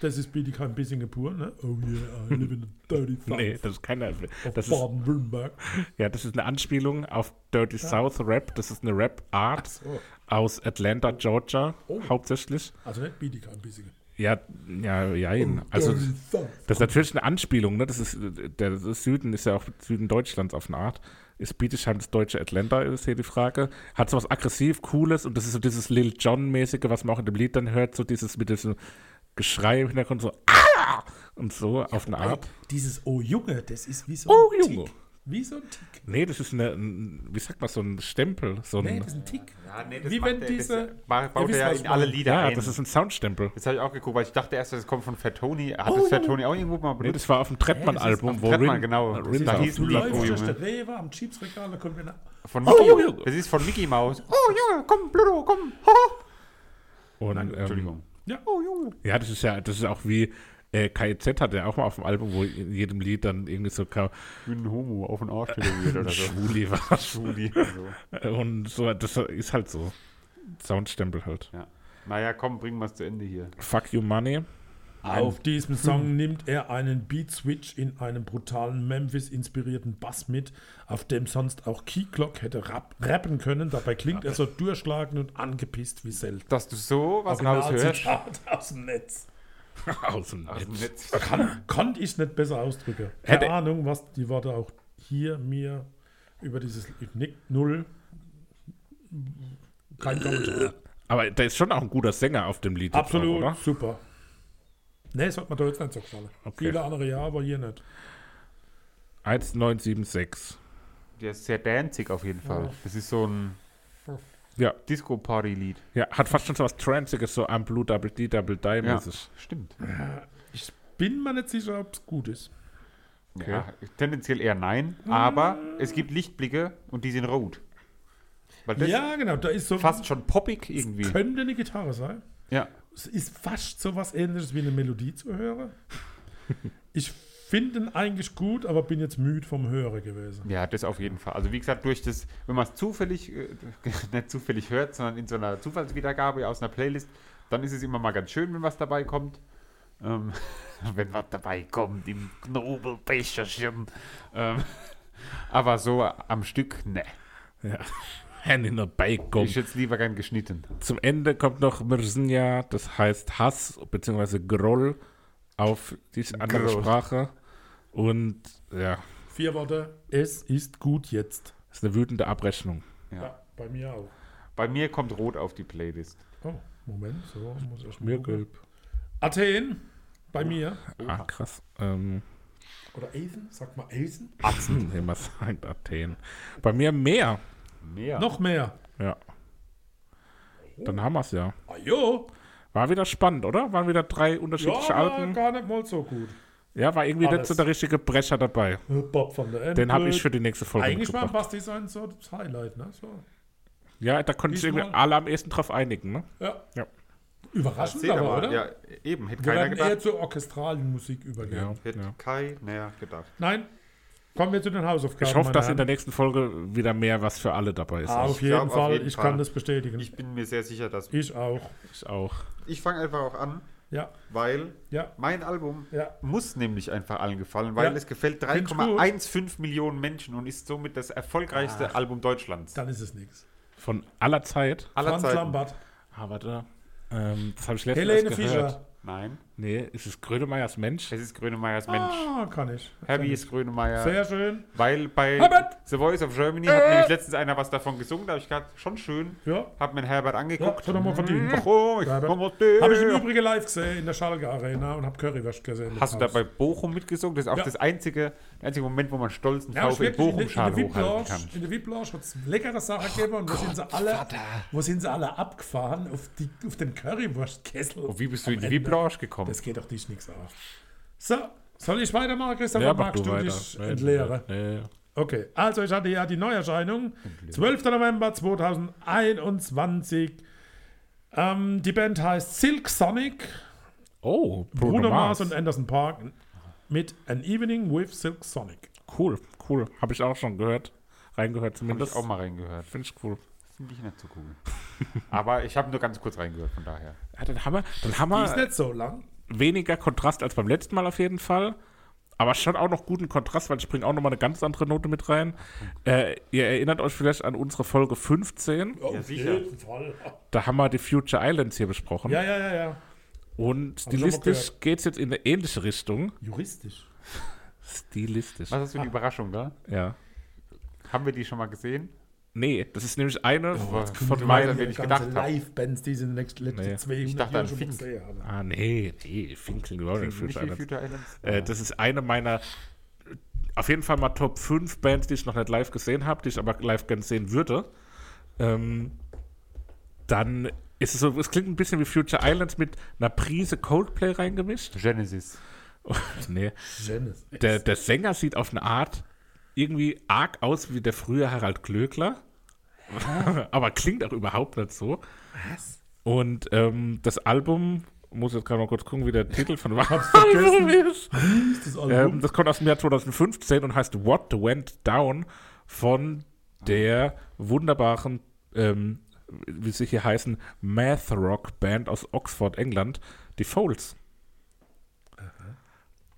B: Das ist BDK ein bisschen gepur, ne? Oh yeah, I live in a Dirty South.
A: Nee, das ist keine. Das
C: Oh,
B: auf
A: ist,
B: Baden-Württemberg.
A: ja, das ist eine Anspielung auf Dirty South Rap. Das ist eine Rap-Art aus Atlanta,
B: Oh.
A: Georgia, hauptsächlich.
B: Also nicht BDK ein bisschen.
A: Ja, ja, jein. Also,
B: Oh, Dirty South.
A: das ist natürlich eine Anspielung, ne? Das ist, äh, der das ist Süden ist ja auch Süden Deutschlands auf eine Art. Ist Bietigheim das deutsche Atlanta, ist hier die Frage. Hat so was aggressiv Cooles und das ist so dieses Lil Jon-mäßige, was man auch in dem Lied dann hört, so dieses mit diesem Geschrei im Hintergrund, so ah! und so auf eine Art.
B: Dieses Oh Junge, das ist wie so
A: Oh Junge,
B: Wie so ein Tick.
A: Nee, das ist eine, ein, wie sagt man, so ein Stempel. So ein,
B: Nee, das ist ein Tick.
C: Ja, nee, das
B: Wie
C: macht
B: wenn
C: er-
B: diese-
C: Das ba-
B: Ihr
C: baut
B: wisst,
C: er ja
B: was
C: in
B: ich
C: alle
B: meine.
C: Lieder
A: ja,
C: ein.
A: das ist ein Soundstempel.
C: Jetzt habe ich auch geguckt, weil ich dachte erst, das kommt von Fat Tony. Hat
B: Oh,
C: das
B: ja.
C: Fat Tony auch irgendwo mal
A: Nee,
C: benutzt?
A: das war auf dem Trettmann-Album,
C: Auf
A: wo
C: Trettmann,
A: Rin,
C: genau. Das
A: Rin
C: ist
A: da
C: auch-
A: hieß
B: Du
C: Lied,
B: läufst
C: oh,
B: durch
C: Junge.
B: das Rewe am Chipsregal, da kommt einer.
C: Von
A: Oh,
C: Mickey,
A: Junge.
C: Das ist von Mickey Mouse. Oh Junge, komm, Pluto, komm. Haha.
A: Und, ähm,
C: Entschuldigung.
B: Ja.
C: Oh Junge.
A: Ja, das ist ja, das ist auch wie äh, KIZ hatte ja auch mal auf dem Album, wo in jedem Lied dann irgendwie so Ka-
C: Ich bin ein Homo, auf den Arsch tätowiert oder so.
A: Schwuli war.
C: Schwuli. So.
A: Und so, das ist halt so. Soundstempel halt.
C: Ja. Naja, komm, bringen wir es zu Ende hier.
A: Fuck you money.
B: Auf diesem Song nimmt er einen Beat-Switch in einem brutalen Memphis-inspirierten Bass mit, auf dem sonst auch Keyclock hätte rap rappen können. Dabei klingt er so durchschlagend und angepisst wie selten.
C: Dass du so was raushörst.
B: Originalzitat aus dem Netz.
A: Aus dem
C: Aus
A: Netz.
C: dem Netz.
B: Kann, konnte ich nicht besser ausdrücken. Keine
A: Hätte-
B: Ahnung, was die Worte auch hier mir über dieses Lied- Nick Null. Kein Kommentar.
A: Aber da ist schon auch ein guter Sänger auf dem Lied. jetzt
B: Absolut
A: Auch, Äh, oder?
B: super. Nee, es hat mir da jetzt nicht so gefallen.
A: Okay.
B: Viele andere ja, aber hier nicht.
A: 1976.
C: Der ist sehr danzig auf jeden Fall. Das ist so ein
A: Ja,
C: Disco-Party-Lied.
A: ja, hat fast schon so was Transiges, so am Blue Double D Double Die
C: Ja,
A: mäßig.
C: stimmt.
B: Ich bin mir nicht sicher, ob es gut ist.
C: Ja, tendenziell eher nein, aber es gibt Lichtblicke und die sind rot. Weil das
B: ja, genau, da ist so.
C: fast schon poppig irgendwie.
B: könnte eine Gitarre sein.
C: Ja.
B: Es ist fast so was ähnliches wie eine Melodie zu hören. ich finde ihn eigentlich gut, aber bin jetzt müde vom Hören gewesen.
C: ja, das auf jeden Fall. Also wie gesagt, durch das, wenn man es zufällig, äh, nicht zufällig hört, sondern in so einer Zufallswiedergabe aus einer Playlist, dann ist es immer mal ganz schön, wenn was dabei kommt. Ähm, wenn was dabei kommt im Knobelbecherchen. Ähm, aber so am Stück, ne.
A: Ja. Hand in a Bacon.
C: Ich jetzt lieber gern geschnitten.
A: Zum Ende kommt noch Mirzinja, das heißt Hass bzw. Groll auf diese andere
C: Groll.
A: Sprache. Und ja,
B: Vier Worte. Es ist gut jetzt.
A: ist eine wütende Abrechnung.
C: Ja.
B: bei mir auch.
C: Bei mir kommt rot auf die Playlist.
B: Oh, Moment, so muss ich mal gucken. Athen, bei mir.
A: Ah, krass. Ähm,
B: Oder Athen, sag mal Athen.
A: Atzen, wie man sagt, Athen. Bei mir mehr.
C: Mehr.
B: Noch mehr.
A: Ja. Dann haben wir es ja.
B: Ah, jo.
A: War wieder spannend, oder? Waren wieder drei
B: Ja,
A: unterschiedliche
B: war
A: Alben.
B: gar nicht mal so gut.
A: Ja, war irgendwie nicht
B: Alles.
A: so der richtige Brecher dabei.
B: Bob von der Ende.
A: Den habe ich für die nächste Folge
B: Eigentlich war
A: mitgebracht.
B: Basti sein so das Highlight, ne? So.
A: Ja, da konnten sich irgendwie
B: Diesmal-
A: alle am ehesten drauf einigen, ne?
B: Ja.
A: Ja.
B: Überraschend
C: Erzähl
B: aber,
C: aber,
B: oder?
C: Ja, eben, hätte
B: Wir
C: keiner
B: werden eher
C: gedacht.
B: zur orchestralen Musik übergehen.
C: Hätte
A: ja.
C: keiner gedacht.
B: Nein, kommen wir zu den Hausaufgaben.
A: Ich hoffe,
B: meine
A: dass in der
B: Herren.
A: nächsten Folge wieder mehr was für alle dabei ist.
B: Ah,
A: Also
B: auf jeden
C: glaub, auf
B: Fall,
C: jeden
B: ich
C: Fall.
B: kann das bestätigen.
C: Ich
B: Ich,
C: bin mir sehr sicher, dass.
B: auch.
A: ich auch.
C: Ich fange einfach auch an,
B: Ja,
C: weil
B: ja,
C: mein Album
B: ja.
C: muss nämlich einfach allen gefallen, weil
B: Ja.
C: es gefällt
B: Find's gut.
C: 3,15 Millionen Menschen und ist somit das erfolgreichste Album Deutschlands.
B: Dann ist es nichts.
A: Von aller Zeit.
C: Aller
B: Franz
C: Zeiten.
B: Lambert,
A: Ah, warte. Ähm, das habe ich letztens
B: Helene
A: erst gehört.
B: Fischer.
C: Nein,
A: Nee, ist es Grödemeyers Mensch?
C: es ist Grönemeyers Mensch.
B: Ah, kann ich.
C: Heavy ist Grönemeyer.
B: Sehr schön.
C: Weil bei
B: Herbert! Äh!
C: The Voice of Germany hat nämlich letztens einer was davon gesungen, da habe ich gerade schon schön,
B: Ja.
C: hab mir den Herbert
B: Ja,
C: angeguckt.
B: hat er mal verdient.
C: Oh, ich
B: Herbert.
C: komm aus dem.
B: Habe ich im Übrigen live gesehen in der Schalke Arena und habe Currywurst gesehen.
C: Hast du da
B: Haus.
C: bei Bochum mitgesungen? Das ist auch
B: Ja.
C: das einzige, der einzige Moment, wo man stolzen
B: Ja, ich
C: VfB
B: wirklich, in, der- in
C: Bochum-Schal
B: der
C: hochhalten
B: VIP-Lounge,
C: kann.
B: in der VIP-Lounge hat es leckere Sachen gegeben und wo, sind sie alle, wo sind sie alle abgefahren? Auf, die, auf den Currywurstkessel.
C: Und Oh, wie bist du in die
B: Am Ende.
C: VIP-Lounge gekommen?
B: Das geht doch dich nichts auf. So, soll ich weitermachen, Christoph?
A: Ja,
B: oder
A: mach
B: magst
A: du
B: du
A: weiter.
B: dich
A: Nee,
B: entleeren?
A: nee, nee.
B: Okay, also ich hatte ja die Neuerscheinung. 12. November 2021. Ähm, die Band heißt Silk Sonic,
A: Oh, Bruno,
B: Bruno Mars und
A: und
B: Anderson Park mit An Evening with Silk Sonic.
A: Cool, cool. Habe ich auch schon gehört. Reingehört
C: Hab
A: zumindest.
C: ich auch mal reingehört.
A: Finde ich cool.
C: Finde ich nicht so cool. Aber ich habe nur ganz kurz reingehört, von daher.
A: Ja, dann haben wir, dann haben
B: Die ist
A: wir
B: nicht so lang.
A: weniger Kontrast als beim letzten Mal auf jeden Fall. Aber schon auch noch guten Kontrast, weil ich bringe auch nochmal eine ganz andere Note mit rein. Äh, ihr erinnert euch vielleicht an unsere Folge 15.
B: Auf
C: sicher.
B: jeden Fall.
A: Da haben wir die Future Islands hier besprochen.
B: Ja, ja, ja, ja.
A: Und
B: ich auch mal
A: stilistisch
B: gehört.
A: geht es jetzt in eine ähnliche Richtung.
B: Juristisch.
A: Stilistisch.
C: Was hast
B: Ah.
C: du für eine Überraschung da?
A: Ja.
C: Haben wir die schon mal gesehen?
A: Nee, das ist nämlich eine
B: Oh,
A: von
C: du
A: meinen.
C: weiter. wenn ich gedacht hab.
B: Live-Bands, die sie in den letzten
A: Nee.
B: 200
C: Ich dachte
B: Jahren
C: an
B: schon
C: Fink.
B: gesehen haben.
A: Ah, nee, nee, Finkeln, überhaupt nicht
C: Nicht
A: Future
C: wie
B: Äh,
A: Islands.
C: Future Islands?
A: Äh, das ist eine meiner Auf jeden Fall mal Top 5 Bands, die ich noch nicht live gesehen habe, die ich aber live gern sehen würde. Ähm, dann ist es so, es klingt ein bisschen wie Future Islands mit einer Prise Coldplay reingemischt.
C: Genesis.
A: nee.
B: Genesis.
A: Der, der Sänger sieht auf eine Art irgendwie arg aus wie der frühe Harald Klöckler. Aber klingt auch überhaupt nicht so. Und ähm, das Album, muss jetzt gerade mal kurz gucken, wie der Titel von was Album ist.
B: Das
A: Ähm,
B: Album.
A: das kommt aus dem Jahr 2015 und heißt What Went Down von der wunderbaren, ähm, wie sie hier heißen, Math Rock Band aus Oxford, England, die Folds.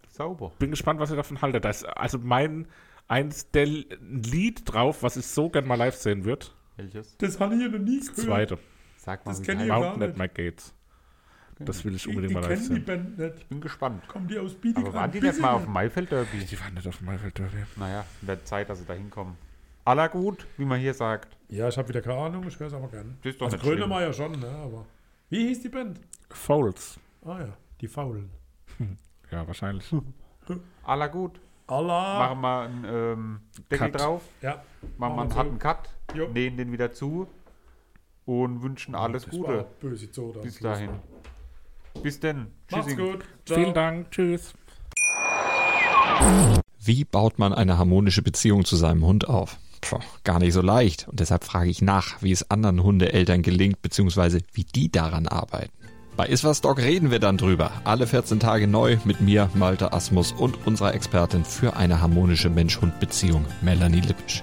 C: Sauber.
A: Bin gespannt, was ihr davon haltet. Da ist also mein eins der L- ein Lied drauf, was ich so gern mal live sehen würde.
C: Welches?
B: das habe ich ja noch nie gehört.
A: Zweite.
C: Sag mal,
B: Das
C: wie
B: kenn
C: die
B: ich
C: heißt.
B: gar
A: Mountain
B: nicht.
A: at My Gates. Das will ich
B: Ich, genau. die
A: unbedingt mal live
B: kennen die
A: sehen.
B: Band nicht.
C: Bin gespannt.
B: Kommen die aus Bietigheim?
C: Aber waren die nicht mal auf dem Maifeld Derby?
A: Die waren nicht auf dem Maifeld Derby.
C: Naja, wird Zeit, dass sie da hinkommen. Aller gut, wie man hier sagt.
B: Ja, ich habe wieder keine Ahnung, ich höre es aber gern.
C: Das ist doch
B: also
C: nicht schlimm.
B: Grönemeyer schon, ne? Aber wie hieß die Band?
A: Folds.
B: Ah ja, die Faulen.
A: Ja, wahrscheinlich.
B: Hm.
C: Aller gut.
B: Allah.
C: Machen wir einen ähm, Deckel
A: Cut.
C: drauf.
B: Ja.
C: Machen wir einen
B: so.
C: harten Cut.
B: Jo.
C: Nähen den wieder zu. Und wünschen alles
B: Das war
C: Gute.
B: böse Zoda.
C: Bis dahin. Bis denn.
B: Macht's
C: Tschüssing.
B: gut. Ciao.
A: Vielen Dank. Tschüss.
E: Wie baut man eine harmonische Beziehung zu seinem Hund auf? Puh, gar nicht so leicht. Und deshalb frage ich nach, wie es anderen Hundeeltern gelingt, beziehungsweise wie die daran arbeiten. Bei Iswas Dog reden wir dann drüber. Alle 14 Tage neu mit mir, Malte Asmus und unserer Expertin für eine harmonische Mensch-Hund-Beziehung, Melanie Lippisch.